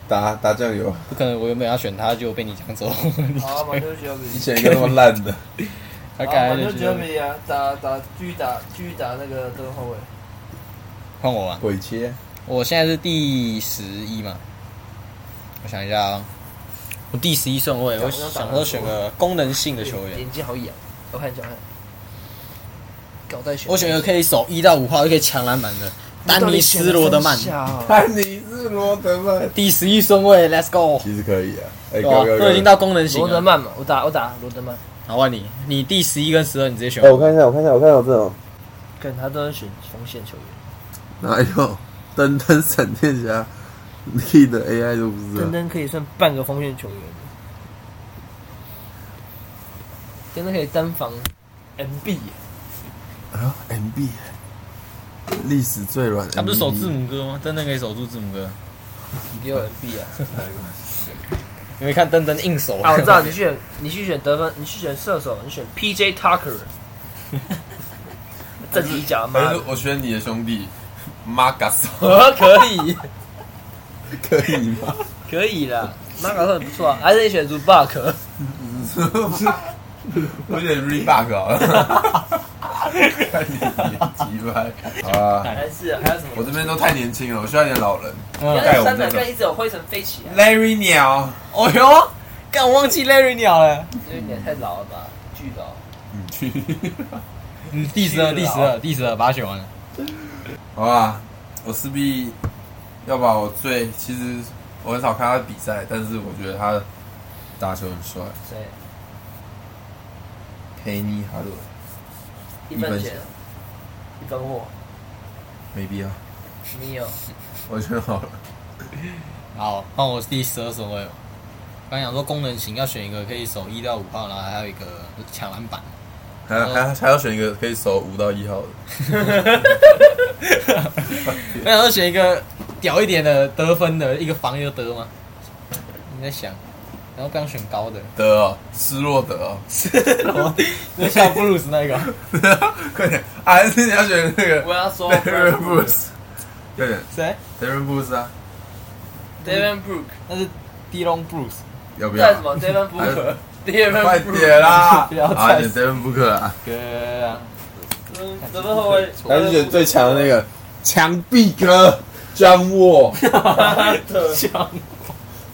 C: 打打酱油，
A: 不可能我原本要选他，结果被你抢走。
B: 好啊，马牛举到比
C: 以前一个那么烂的，
A: 他刚
B: 啊，
A: 才
B: 马牛
A: 就
B: 举
A: 觉
B: 到
A: 得
B: 比啊，打打继续打继续打那个这个后卫，
A: 换我玩，
C: 鬼 切，
A: 我现在是第十一嘛，我想一下啊、我第十一顺位，我想说选个功能性的球员，
B: 眼睛好痒，我看一下，我看搞在选，
A: 我选个可以守一到五号又可以抢篮板的丹尼斯罗德曼。
B: 啊
C: 看啊你是罗德曼，
A: 第十一顺位，Let's go，
C: 其实可以啊，哎，
A: 对
C: 哥
A: 吧？
C: 哥，
A: 都已经到功能型
B: 罗德
A: 了。
B: 曼嘛，我打我打罗德曼，
A: 好，换你，你第十一跟十二你直接选。
C: 哎，我看一下，我看一下，我看一下我这种
B: 看他都是选锋线球员，
H: 哪有？登登闪电侠，Key 的 AI 都不知
C: 啊
B: 登
H: 道。
B: 登可以算半个锋线球员，登登可以单防 MB，
H: 哎呦，MB，历史最软。
A: 他不是守字母哥吗？真的可以守住字母哥。
B: 一定有 MB 啊。
A: 你没看登登硬守
B: 啊，我 知道你去选，你去选得分，你去选射手，你选 PJ Tucker，正体甲妈
H: 哎
C: 反
B: 的
C: 正，我选你的兄弟马嘎斯，
B: 可以，
C: 可以吗？
B: 可以啦，马卡特不错啊，还是你选 Zubac，
C: 我选 Reebok 好了。啊看你几百好啊！
B: 还是还有什
C: 我
B: 么？
C: 这边都太年轻了，我需要一点老人。
A: 嗯，
C: 盖我
B: 三
C: 们
B: 百
C: 这
B: 个
C: 个
B: 一直有灰尘飞起来，
C: Larry 鸟，
A: 哦哟，干我忘记 Larry 鸟了。
B: 因为你也太老了吧，巨老。
C: 你去，
A: 嗯，第十二，
B: 去
A: 第
B: 了
A: 十二，第十二，把它选完了。
C: 好吧？我势必要把我最……其实我很少看他的比赛，但是我觉得他打球很帅。
B: 谁？
C: 佩妮哈鲁
B: 一
C: 一
B: 分
C: 分
B: 钱
C: 钱，
B: 一分货，
C: 没必要，
B: 你有
C: 啊 我选好了。
A: 好，换我第十二顺位吧。刚想说功能型要选一个可以守一到五号，然后还有一个抢篮板。
C: 还
B: 哦
C: 还还要选一个可以守五到一号的。
A: 我想说选一个屌一点的得分的，一个防一个得吗？你在想，然后不想选高的，
C: 德哦，失落德哦，
A: 就像布鲁斯那个。
C: 快点，啊还是你要选那个
B: 我要说
C: Darren Bruce，快点
A: 谁？
C: Darren Bruce 啊，
B: Devin Brook，
A: 那是 Dillon Bruce。
C: 要不
B: 叫
C: 要
B: 什？么 Devin
C: 哎
B: Brook，Devin
C: 快
B: Brook，
C: 点 啦
A: 不！要
C: 啊，
A: 再
C: 选 Darren Booker 啊，
A: 哥啊，
B: 嗯得分后卫，
C: 还是选最强的那个墙壁哥 John Wall，
A: 像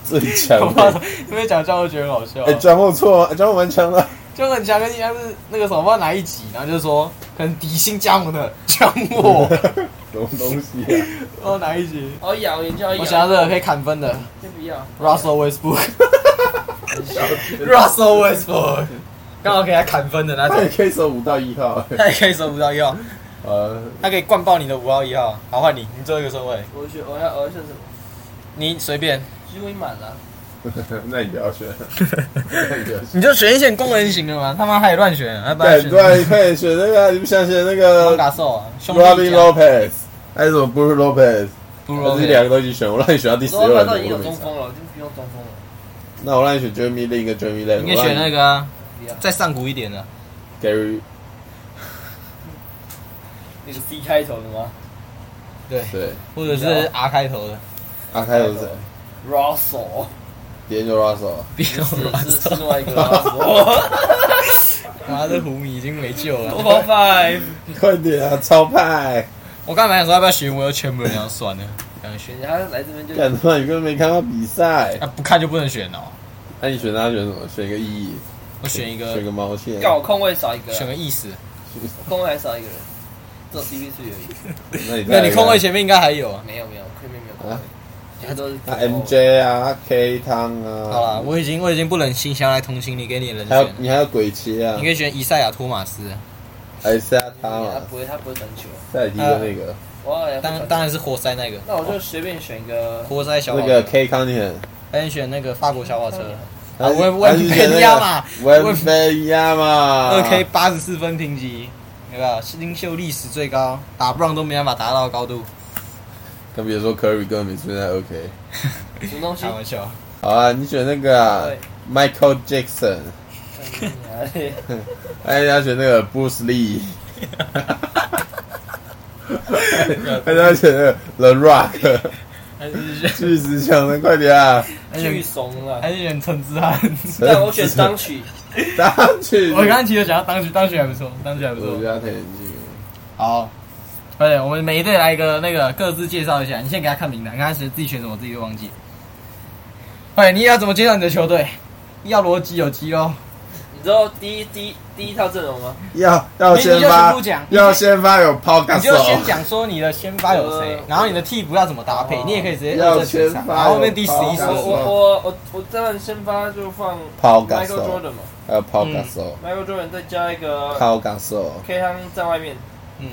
C: 最强
A: 我怕
C: 的。
A: 因为讲这样我觉得很好笑啊。
C: 哎，John Wall 错吗？John Wall 蛮强的。
A: 就很强，跟你像是那个什么，不知道哪一集，然后就说可能底薪加盟的加 我，不
C: 什么东西啊？
A: 知道哪一集。
B: 好痒，眼
C: 哎
B: 睛好痒，
A: 我想到这个可以砍分的
B: 先不要。
A: ，Russell Westbrook，Russell Westbrook，刚好给他砍分的那
C: 他
A: 种
C: 也，啊可以守五到一号。
A: 他也可以守五到一号，
C: 呃，
A: 他可以灌爆你的五号一号。好，换你，你最后一个顺位，
B: 我选我要我要选什么？
A: 你随便，
B: 几乎满了。
C: 那你不要 选，那你不要选。
A: 你就选一选工人型的嘛，他妈还乱选，还不然
C: 对，
A: 选
C: 不然你快点选那个啊，你不想选那个
A: 打兽啊，兄弟
C: Robin
A: 家
C: Lopez，还
E: 哎
C: 是什么 Bruce Lopez？
A: 不
C: 我
A: 如
C: 这两个都已经选，我让你选到第
B: 我
C: 十
B: 说
C: 六
B: 他
C: 人，
B: 都已经
C: 我
B: 有
C: 都没
B: 中
C: 上
B: 锋。了，我就不用中锋了。
C: 那我让你选 Jeremy Lin 跟 Jeremy Lin，
A: 你可以选那
C: 个
A: 个啊
B: 不要
A: 再上古一点的，
C: Gary，
B: 那个 C 开头的吗？
A: 对，
C: 对，
A: 或者是 R 开头的，
E: 阿啊开头是谁
B: Russell，
E: d a n i e Russell，
A: 比
B: 是
A: 我乱
B: 是是
A: 说，
B: 另外一个 Russell，
A: 妈的，胡迷已经没救
B: 我
A: 了。
B: 好 five，
E: 快点啊，超派！
A: 我刚才本来想说要不要学我有全部人要算了，想选
B: 选他来这边就
E: 干他妈，你根本没看到比赛。
A: 啊，不看就不能选哦。
E: 那、你选他选什么？选一个意义，
A: 我选一个
E: 选，个毛线。
B: 干我空位少一个
A: 选
B: 啊，
A: 个意思。
B: 空位还少一个人，只有 CP 是有一个，
E: 那你
A: 没有，你空位
E: 选
A: 前面应该还有啊。
B: 没有没有，前面没有空位
E: 啊，
B: 其他都是
E: 啊 MJ 啊，K 汤啊。
A: 好了，我已经我已经不忍心想来同情你，给你人
E: 还有
A: 选。
E: 你还有鬼切啊
A: 你可，以选以赛亚托马斯，
E: 还是要他
B: 他
E: 啊嘛？
B: 不会他不会传球，
A: 呃
E: 赛迪的那个、
B: 我要来
A: 当当然是活塞那个。
B: 那我就随便选一个，
A: 活塞小跑
E: 那
A: 车
E: 个 K 康你很，
A: 还能选那个法国小跑车，啊，
E: 还是
A: 温温佩亚嘛，
E: 温菲亚嘛，
A: 二 K 八十四分评级，有没有？是领袖历史最高，打布朗都没办法达到的高度。
E: 更别说 Curry 根本没出现在 OK。
B: 什么东西
A: 开？玩笑，
E: 好啊，你选那个、啊
B: 对、
E: Michael Jackson，哎，你要选那个 Bruce Lee，还是要选那个 The Rock，
A: 还是选
E: 巨石强森，快点啊！
B: 巨怂了
A: 还，是选陈之翰。
B: 但我选张曲，
E: 上去，
A: 啊我刚刚其实想要当局，当局还不错，当局还不
E: 我
A: 错
E: 觉。得他太年轻
A: 好，快点，我们每一队来一个那个各自介绍一下。你先给他看名单，看他选自己选什么，我自己都忘记了。快点，你要怎么介绍你的球队？要逻辑有肌肉，
B: 你知道第一第一第一套阵容吗？
E: 了，要要
A: 你你就
E: 先
A: 全
E: 发
A: 部讲，你
E: 要
A: 先
E: 先发有 Paul
A: 你就先
E: Gasol，
A: 讲说你的先发有谁
B: 呃，
A: 然后你的替补要怎么搭配，
B: 哦
A: 你也可以直接
E: 要
A: 二阵选上
E: 先发
A: 然后后面第十
E: 有
A: 一、
B: 我
A: 十
E: 高
A: 二
E: 手。
B: 我我我我这样先发就放
E: Paul
B: Michael
E: Gasol，
B: Jordan 嘛
E: 还有 Paul
A: 嗯
E: Gasol，Paul
B: ，Michael Jordan 再加一个
E: Gasol。
B: K 汤在外面
A: 嗯，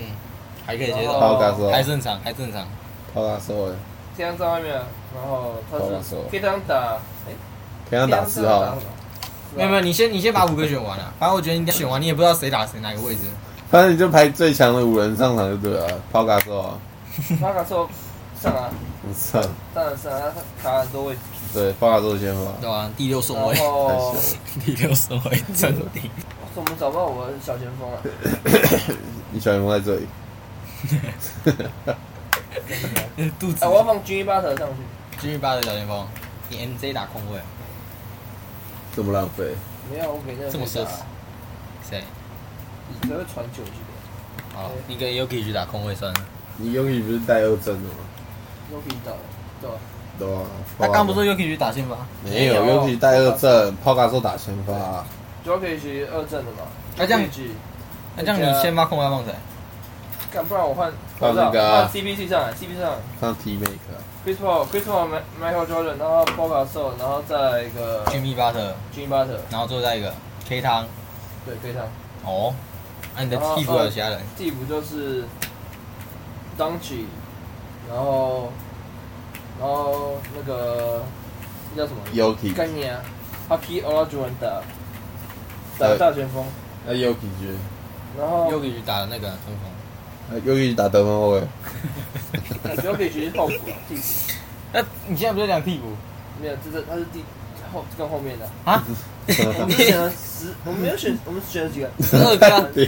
A: 还可以接
B: 哦
A: 受，
E: Paul Gasol，
A: 还正常，还正常。
E: Paul
A: 嗯
E: Gasol，
B: ，K 汤在外面啊，然后他
E: 好吧
B: 是
E: 是我
B: K 汤打，哎
E: 可以让打哦四号。，
B: 啊
A: 没有没有，你先你先把五个选完啊了，反正我觉得你选完你也不知道谁打谁哪个位置。
E: 反正你就排最强的五人上场就对了啊，Paul Gasol，
B: 巴卡索上啊，
E: 很上，
B: 当然上啊，他卡很多位置，
E: 对，Paul Gasol 先发。
A: 对吧？第六顺
B: 然
A: 位，
B: 后
E: 太
A: 第六顺 位，真顶。
B: 我们找不到我的小前 锋啊，
E: 你小熊在这里，
A: 肚子
B: 哎，我要放 G 巴特上去，
A: G 八的小前锋，你 MJ 打控卫，
E: 这么浪费。
B: 没有，我给那个
A: 这么奢侈
B: 打啊
A: 谁？
B: 你才会传球去
A: 好，你跟 Yuki 去打控卫算了。
E: 你英语不是带二针的吗？
B: 的，都可以到，对吧？
E: 对啊，
A: 他刚不是说 Yuki 去打先发？
E: 没有英语带二针，Paul Gasol 打先发啊，
B: 主要可以去二阵的嘛，
A: 那啊这样
B: 去，
A: 那这样你先发控卫放谁？
B: 干不然我换，
E: 放
B: 我知道
E: 那个啊
B: 换 CP 上来，CP 上来
E: 上 T make 啊
B: ，Chris Paul，Chris Paul、Michael Jordan，然后 Paul Gasol，然后再一个
A: Jimmy Butler，
B: Jimmy Butler，
A: 然后最后再一个 K 汤。
B: 对，可以上。
A: 哦，那你的替补有其他人？
B: 替补就是 d u n c h 然后然后那个那叫什么？
E: ，Yuki，
B: 干你啊！他 P O 拉主人打打
E: 呃
B: 大前锋，
E: 那 Yuki 去，
B: 然后
A: Yuki 去打那个中锋。
E: 那 Yuki 打得分后卫，
B: 又可以学后补啊替补，
A: 那你现在不是讲替补？
B: 没有，这是他是第后更后 面的。我 们
A: 你
B: 选了十，我们没有选，我们选了几个？
A: 十二个 啊，
B: 对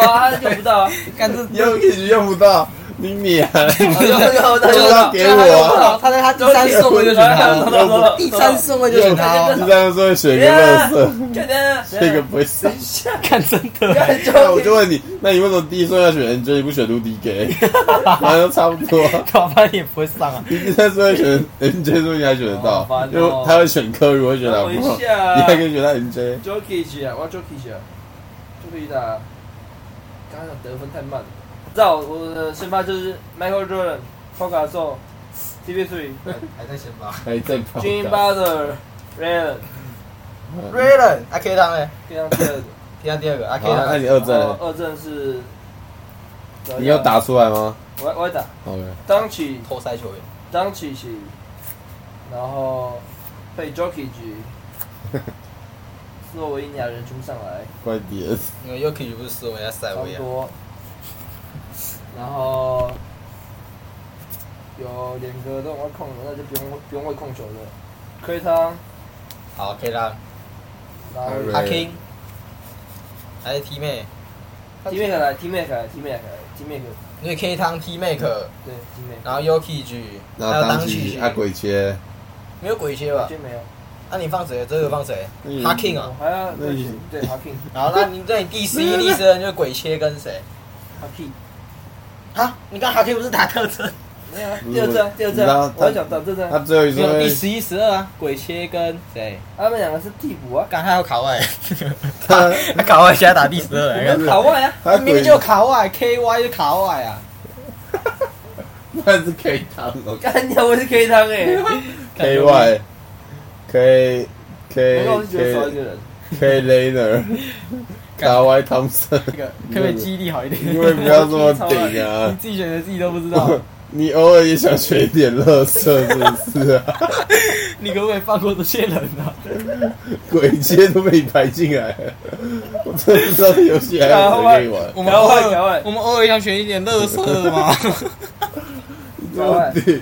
B: 啊，他用不到啊，
A: 干这
E: Yuki 用不到，你你啊，
B: 用不到，
E: 用不到给我啊，
A: 他在他第三顺位就选他 了，
B: 走走走走
A: 第三顺位就选他
E: 第
A: 哦，
E: 三说选一个乐色，
B: 就等
E: 这个不会上。
A: 看真的。
B: 干
E: 那我就问你，那你为什么第一顺要选 NJ，不选 Rudy Gay？反正差不多。啊
A: 搞半也不会上啊！
E: 你第三顺位选 NJ，说你还选得
B: 好
E: 到，
B: 烦哦
E: 因为他会选科，如果选
B: 等
E: 老
B: 我一
E: 婆，
B: 下啊
E: 你还可以选到 NJ。
B: Jokic 啊，我要 Jokic 啊，Jokic 打，刚刚得分太慢了。我知道我的先发就是 Michael Jordan、Paul Gasol、CP3、
A: 还在先发
E: 还在跑
B: Jimmy Butler、Raylan，
E: 嗯
A: ，Raylan 阿 K 汤哎，
B: 这样第二个。
A: 第二第二个阿 K
E: 好，啊那
A: 汤，
E: 你二
B: 然
E: 战
B: 后，二阵是，
E: 你有？打出来吗
B: 我我要打
E: ？OK，
B: 张起
A: 偷塞球员，
B: 张起起，然后被 Jokic，斯洛维尼亚人冲上来，
E: 快点！
A: 因为 Yuki 不是啊斯维亚塞
B: 差
A: 维
B: 不
A: 亚，
B: 多。然后有连哥都要控了，那就不用不用会控球了。亏汤，
A: 好 K 汤，
B: 然后
E: 对
A: 阿 King，还是 T 妹，
B: 提妹凯来，提妹凯来，提妹凯来，金妹哥，
A: 因为 K 汤 T Make，
B: 对金妹，
A: 然后 Yuki G，
E: 然
A: 还有
E: 后当
A: 当
E: 机
A: 曲
E: 啊鬼切，
A: 没有鬼切吧？
B: 就没有。
A: 那、你放谁？这个放谁
E: 嗯
A: 哈 King
B: 我
A: 啊。
B: 还要
E: 那
B: 再
E: 你
B: 选对哈 king
A: 好，那你那你第十 一、第十二就是鬼切跟谁？
B: 哈 king
A: 啊，你刚哈 King 不是打特征？
B: 没有啊
E: 不是
B: 第二阵，第二
E: 你知道
B: 阵，我
E: 他
B: 要讲到这阵，
E: 他最后一
A: 没有，第
E: 次
A: 十一、十二啊，鬼切跟谁？
B: 他们两个是替补啊，
A: 刚还有卡外，
E: 他
A: 他卡外现在打第十二
E: 不是
A: 了，
B: 卡外啊，
E: 他
A: 明
E: 鬼
A: 明就卡外，KY 就卡外啊，
E: 但是 K 汤 哦
B: 干掉我是 K 汤哎，
E: ，K Y K
B: 我
E: K
B: 刚我是觉得少一
E: K
B: 个人，
E: K Laner 卡歪汤森，
A: 这个可不可以记忆力好一点？
E: 因为不要这么
A: 你
E: 顶啊，
A: 自己选择自己都不知 道，
E: 你偶尔也想学一点乐色是不是 啊？
A: 你可不可以放过这些人啊？
E: 鬼街都被你排进来了，我真的不知道这游戏还有谁可以玩。
A: 我
B: 们
A: 们
B: 偶
A: 偶
B: 尔
A: 尔我们偶尔想选一点乐色嘛，
E: 到底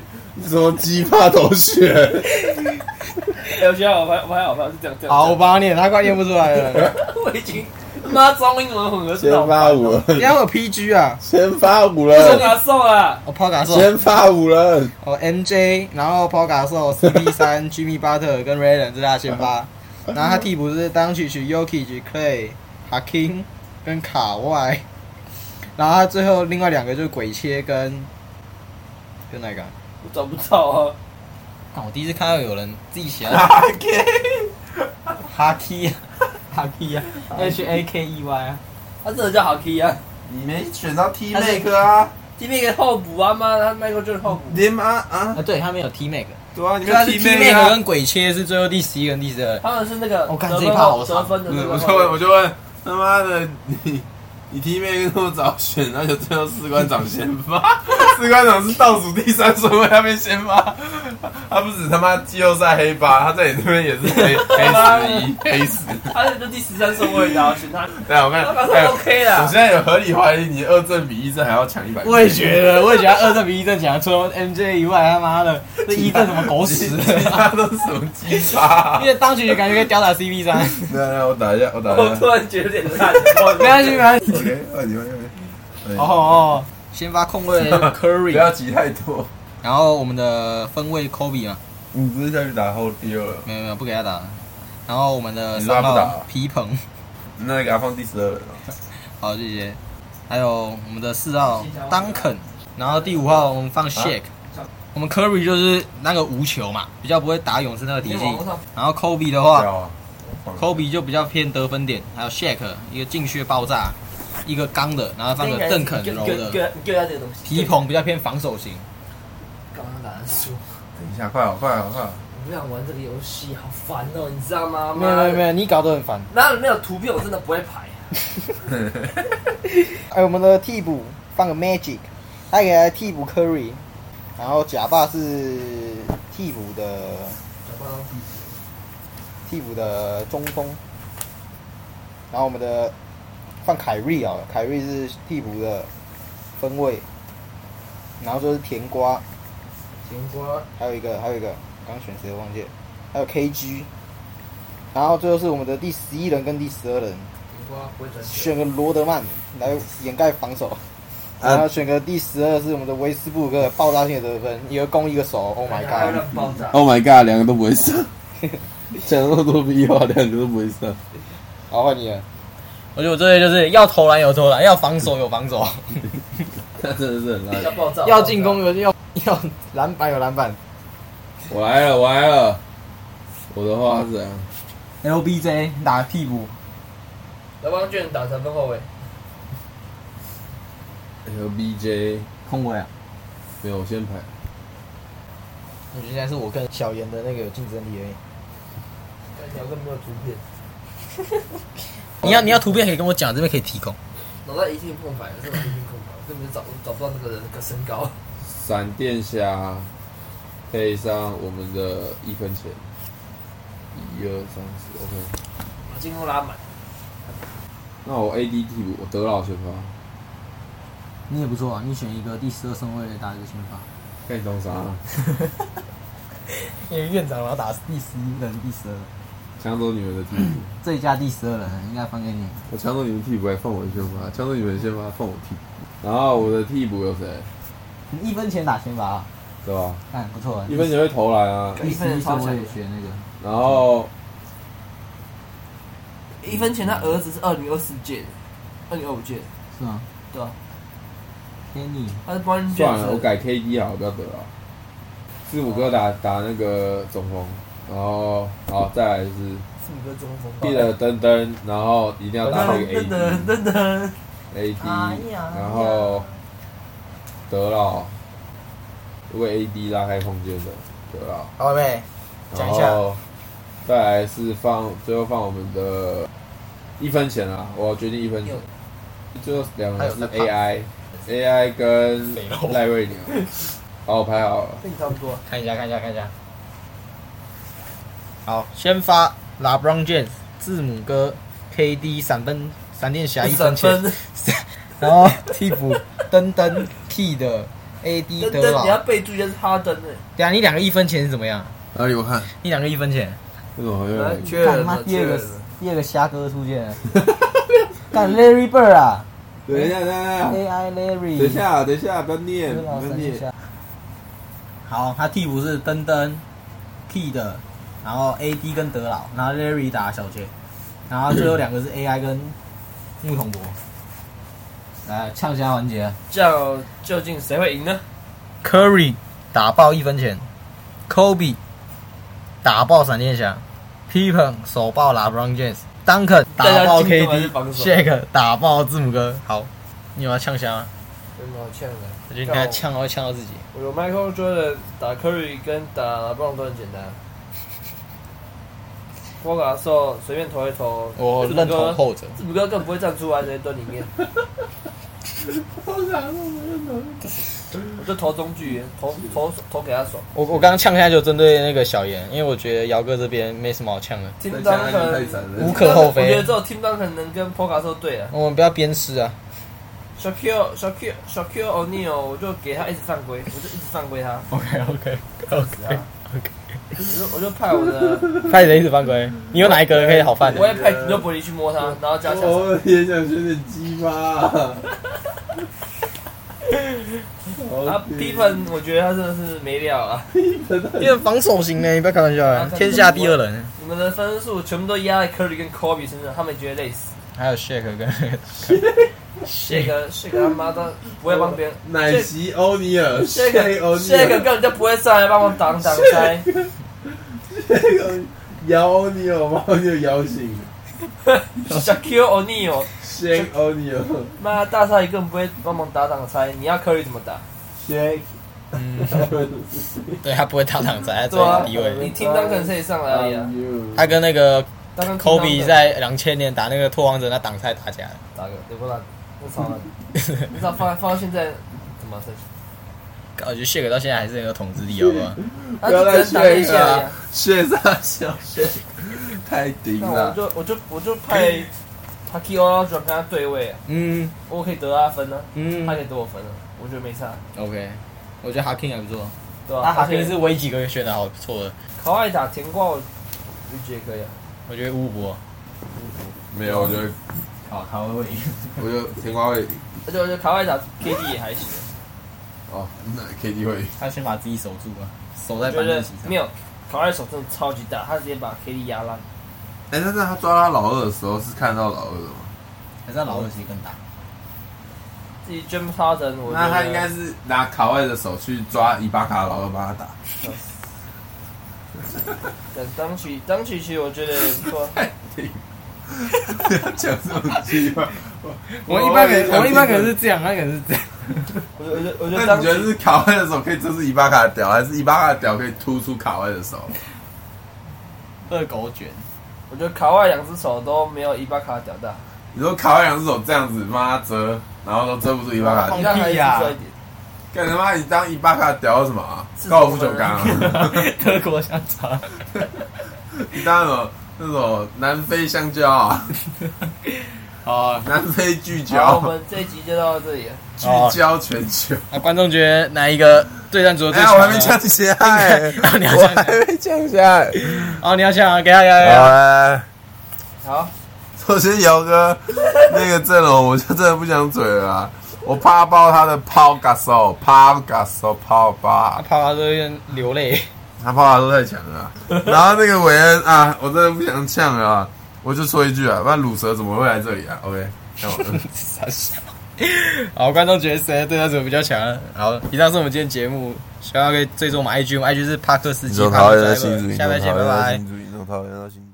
E: 什么鸡巴头血？
B: 哎，我觉得我还我还好，我还好是这样这 样，
A: 好吧，你他快念不出来了。
B: 我已经妈中英文混合是
E: 先
B: 脑
E: 发
B: 白
E: 五人，
A: 人家会有 PG 啊，
E: 先发五
B: 送
E: 人，
B: 啊送啊，
A: 我抛卡兽，
E: 先发五人，
A: 哦 MJ，然后抛卡兽 CP 三 Jimmy Butler 跟 Raylan 这是他的先 发，然后他替补是当曲曲 Yuki、Clay、Hakim 跟卡外，然后他最后另外两个就是鬼切跟跟哪个啊？
B: 我找不到啊，
A: 啊，我第一次看到有人自己写
C: 哈给。
A: 哈 k 哈 k 啊，H A K E Y 啊，
B: 他真的叫哈 king 啊，
C: 你没选到 T Make 啊？
B: 今天给候补啊妈，他 Michael 就是候补，
C: 连啊啊，
A: 啊对，他们有 T Make，
C: 对啊，你
A: 对啊
C: 们
A: 是
C: T
A: T Make
C: 啊？
A: 跟鬼切是最后第十一跟第十二，
B: 他们是那个
A: 我看
B: 得
A: 这一
B: 分
A: 趴好
B: 后
A: 长
B: 得分的那个
C: 嗯我
B: 后
C: 就
B: 卫
C: 问，我就问，他妈的你。你 T Make 那么早选，而且最后士官长先发， 士官长是倒数第三顺位，他被先发，他不止他妈季后赛黑八，他在你这边也是 黑黑十一黑十。
B: 他是就第十三顺位的啊，选 他，
C: 对啊，我看
B: 他马，
C: 哎
B: 上 OK
C: 我
B: 啦
C: 现。在有合理怀疑你二正比一正还要强一百。
A: 我也觉得，我也觉得二阵比一阵强，除了 MJ 以外，他妈的这一阵什么狗 屎，
C: 其 他都是什么鸡巴、啊
A: 因？为当局感觉可以吊打 CP 三，
C: 来来，啊我打一下，我打一
B: 我
C: 下
B: 突。然觉得有点烂，
A: 没关系没关系。
C: OK，二你们哎你们。
A: 哦哦，先发控 卫
C: 不要
A: Curry，
C: 急太多，
A: 然后我们的分卫 Kobe 嘛，
C: 你不是下去打后丢了？
A: 没有没有不给他打，然后我们的
C: 你拉
A: 三
C: 不打
A: 号皮蓬，
C: 那给他放第十二人了。
A: 好谢谢，还有我们的四号 Duncan，然后第五号我们放 Shake，我们 Curry 就是那个无球嘛，比较不会打勇士那个体系，然后 Kobe 的话。
C: 要啊，我放
A: Kobe 就比较偏得分点，还有 Shaq 一个禁区的爆炸，一个刚的，然后放个邓肯柔的，
B: 给他这个东西，
A: 皮蓬比较偏防守型。
B: 刚刚打篮球，
C: 等一下，快好，快好，快好！
B: 我不想玩这个游戏，好烦哦，你知道吗？
A: 没有没有没有，你搞得很烦。
B: 哪有没有图片我真的不会排，啊
A: 哎，我们的替补放个 Magic，他给他替补 Curry，然后假发是替补的替补的中锋，然后我们的放凯瑞啊，凯瑞是替补的分位，然后就是甜瓜，
B: 甜瓜
A: 还有一个，还有一个，刚选谁我忘记了，还有 KG，然后最后是我们的第十一人跟第十二人，
B: 甜瓜不会转
A: 选个罗德曼来掩盖防守，然后选个第十二是我们的维斯布鲁克，爆炸性的得分，一个攻一个守，Oh my
B: 还会
A: god！
B: 乱爆炸，
E: Oh my god，两个都不会上，讲那么多屁话，两个都不会上。
A: 好换你了，我觉得我这些就是要投篮有投篮，要防守有防 守，
E: 他真的是很
B: 要
E: 烂。
B: 爆炸，
A: 要进攻有要要篮板有篮板
E: 我来了，我来了。我的话是这样，
A: ，LBJ 打屁股，
B: 来帮巨人打三分后卫，
E: 和 BJ
A: 空位啊！
E: 没有，我先排。
A: 我觉得现在是我跟小严的那个有竞争力而已。
B: 干聊个没有图片，
A: 你要你要图片可以跟我讲，这边可以提供。
B: 脑袋一片空白，真的一片空白，我根本就找找不到那个人的身高，
E: 闪电侠配上我们的一分钱，一二三四，OK。
B: 把进攻拉满，
E: 那我 AD 替补，我德老先发，
A: 你也不错啊，你选一个第十二顺位打一个先发，
E: 看你
A: 啊
E: 懂啥、
A: 因为院长然后打第十一跟第十二，
E: 抢走你们的替补，
F: 最佳第十二人应该分给你。
E: 我抢走你们替补还放我先发，抢走你们先发放我替补，然后我的替补有谁？
F: 你一分钱打先
A: 啊
F: 吧，
E: 对吧？
F: 看哎不错。
E: 一分也会投篮啊，
F: 一分钱我也学那个，
E: 然后
B: 一分钱他儿子是二零二四届的，二零二五届的，
F: 是吗？
B: 对吧、
F: 天意
B: 他是 Brian
E: 算了，
B: James
E: 我
B: 的。
E: 改 KD 好了，不要得了。字母哥打打那个中锋，然后好再来是
B: 字母哥中锋 吧。
E: 替了噔噔，然后一定要打那个
B: 噔噔
E: AD
B: 噔噔，
E: AD，然后德老为 AD 拉开空间的德老，
A: 好了没？讲
E: 然
A: 一下
E: 后再来是放最后放我们的一分钱啊，我决定一分钱
B: 有，
E: 最后两个人是
A: 还有在
E: AI AI 跟
A: 肥肉
E: 赖瑞鸟，好我排好了。
B: 跟你差不多。
A: 看一下，看一下，看一下。好，先发 LeBron James、字母哥、KD 闪分闪电侠一分
B: 闪
A: 钱，
B: 分，
A: 然后替补登登 T 的 AD
B: 噔
A: 德
B: 噔，
A: 老
B: 你，要备注一下是哈登的。
A: 等一下你两个一分钱是怎么样？
C: 哪里我看？哦
A: 你两个一分钱，
E: 那种好像
B: 来
E: 有
B: 缺
F: 干
B: 人
F: 妈
B: 了，
F: 第
B: 缺
F: 二
B: 人
F: 个
B: 了。
F: 第二个虾哥出现啊 了，干 Larry Bird 啊
E: 等一下，等一下，
F: ，AI
E: 等一
F: Larry，
E: 下，等一下，不要念，
F: 德
E: 不
F: 老
E: 要
F: 闪电
E: 念。
F: 侠。好，他替补是登登 T 的，然后 AD 跟德老，然后 Larry 打小杰，然后最后两个
A: 嗯
F: 是 AI 跟木桶博。来，呛虾环节，
B: 叫究竟谁会赢呢？
A: Curry 打爆一分钱，Kobe 打爆闪电侠，Pippen 手爆 LeBron James，Duncan 打爆
B: 大家进攻还是防守
A: KD，Shaq 打爆字母哥。好，你有要呛虾吗？
B: 有什么好呛的？
A: 我觉得你等下呛到会呛到自己。
B: 我有 Michael Jordan 打 Curry 跟打 LeBron 都很简单。波卡的时候随便投一投，
A: 我
B: 字母
A: 认
B: 哥
A: 同，后者，
B: 字母哥更不会站出来，直接蹲里面。我就投中距，投投投给他爽。
A: 我我刚刚呛下就针对那个小严，因为我觉得姚哥这边没什么好呛的，
B: Tim
E: 等一下那
B: Duncan
E: 个太惨了
A: 无可厚非
B: 我觉得只有 Tim Duncan 能跟 p o k a 说对啊。
A: 我们不要鞭尸啊。
B: Shakir Shakir Shakir O'Neal，我就给他一直犯规，我就一直犯规他。
A: OK OK
B: 是
E: 哎
B: 啊我就我就派我的
A: 派人一直犯规，你有哪一个人可以好犯？
B: 我也派皮诺伯利去摸他，然后叫他下场。
E: 哦我也想学点鸡 巴。
B: 啊，Pippen，我
E: 哦
B: 觉得他真的是没料啊！
A: 因为防守型呢，你不要开玩笑啊，天下第二人，
B: 你们的分数全部都压在 Curry 跟 Kobe 身上，他们觉得累死。
A: 还有 Shaq 跟
B: 这
A: Shaq
B: 个这个他妈的不会帮别人，
E: 奶昔欧尼尔，
B: 这个
E: 谁欧尼
B: 这个
E: 尔，
B: 根本就不会上来帮我挡挡拆。
E: 这个摇欧尼尔，把欧尼尔摇醒。
B: Shaquille O'Neal，
E: Shake 欧尼尔
B: 妈大鲨鱼根本不会帮忙打挡拆，你要 Curry 怎么打？
E: ，Shake
A: 嗯，对他不会打挡拆，他只
B: 对
A: 会
B: 啊，
A: 低位。
B: 你听当肯谁上来而已啊
E: on？you
A: 他跟那个
B: 当然
A: Kobe 在两千年打那个拓荒者，那挡拆打起来了。
B: 打个对不啦？我操！ 你知道放放到现在怎么生气？
A: 我觉得 Shaq 到现在还是很有统治力，好不 好？
B: 他就只能打一下而已啊。
E: ，Shake 啥小 Shake，太顶
B: 那
C: 啊
B: 我
E: 了。
B: 就我就我就派 p a k i o 转跟他对位啊，
A: 嗯
B: 我可以得他分呢、啊
A: 嗯
B: 他可以得我分呢、啊我觉得没差，
A: ，OK，我觉得 Hakim 还不错，
B: 对吧、
A: 他
B: 啊？而
A: Hakim
B: 且
A: 是唯几个选的好不错的，
B: 考爱打甜瓜，我就觉得可以啊。
A: 我觉得乌博。
E: 没有，我觉得，
F: 好，他会赢。
E: 我觉得甜瓜
C: 哎
E: 会，
B: 而且我觉得卡外打 KD 也还行，
E: 哦，那 KD 会。
A: 他先把自己守住啊，守在
B: 我觉
A: 板凳
B: 得
A: 席上。
B: 没有卡外手真的超级大，他直接把 KD 压烂。
C: 哎、但是他抓他老二的时候是看到老二的吗？
F: 还是他老二其实更大。
B: 自己 James Harden，我觉得
C: 那他应该是拿卡外的手去抓伊巴卡老二帮他 打。
B: 等当曲当曲其实我觉得也不错，
C: 不要讲这种句话。
A: 我一般人，我一般人是这样，他可能是这样。
B: 我觉得我觉得我觉
C: 那
B: 得当
C: 你
B: 曲
C: 觉得是卡外的手可以遮住伊巴卡的屌，还是伊巴卡的屌可以突出卡外的手？
A: 二狗卷，
B: 我觉得卡外两只手都没有伊巴卡屌大，
C: 你说卡外两只手这样子帮他遮，然后都遮不住伊巴卡
A: 放
C: 的屌
B: 伊
A: 屁
B: 巴卡一直
A: 呀
B: 做一点。
C: 干他妈！你当伊巴卡的屌是什么啊？
B: 是
C: 高尔夫球杆啊？
A: 德国香肠，
C: 你当那种那种南非香蕉啊？
A: 好啊，
C: 南非聚
B: 好，
C: 焦，
B: 我们这一集就到这里了。
C: 聚焦全球。
A: 那观众觉得哪一个对战组合
C: 哎
A: 最
C: 呀，
A: 强
C: 我
A: 呢？
C: 还没降下来，
A: 啊你要
C: 我
A: 降下来
C: 还没降下来。
A: 哦，你要想啊，给他给他给他。
C: 哎，
B: 好，
C: 首先姚哥那个阵容，我就真的不想嘴了啊，我啪爆他的抛嘎手，抛嘎手，抛吧
A: 啊，。啪啪都有点流泪。
C: 他泡法都太强了啊、然后那个韦恩啊，我真的不想呛了、啊，我就说一句啊，不然鲁蛇怎么会来这里啊？OK，那我
A: 傻笑。好，观众觉得谁的对战组比较强呢？好，以上是我们今天节目，希望可以追踪我们 IG，我们 IG 是帕克斯基，帕克斯基，下
C: 你
A: 拜见，拜拜。
C: 主，你从桃园到新竹。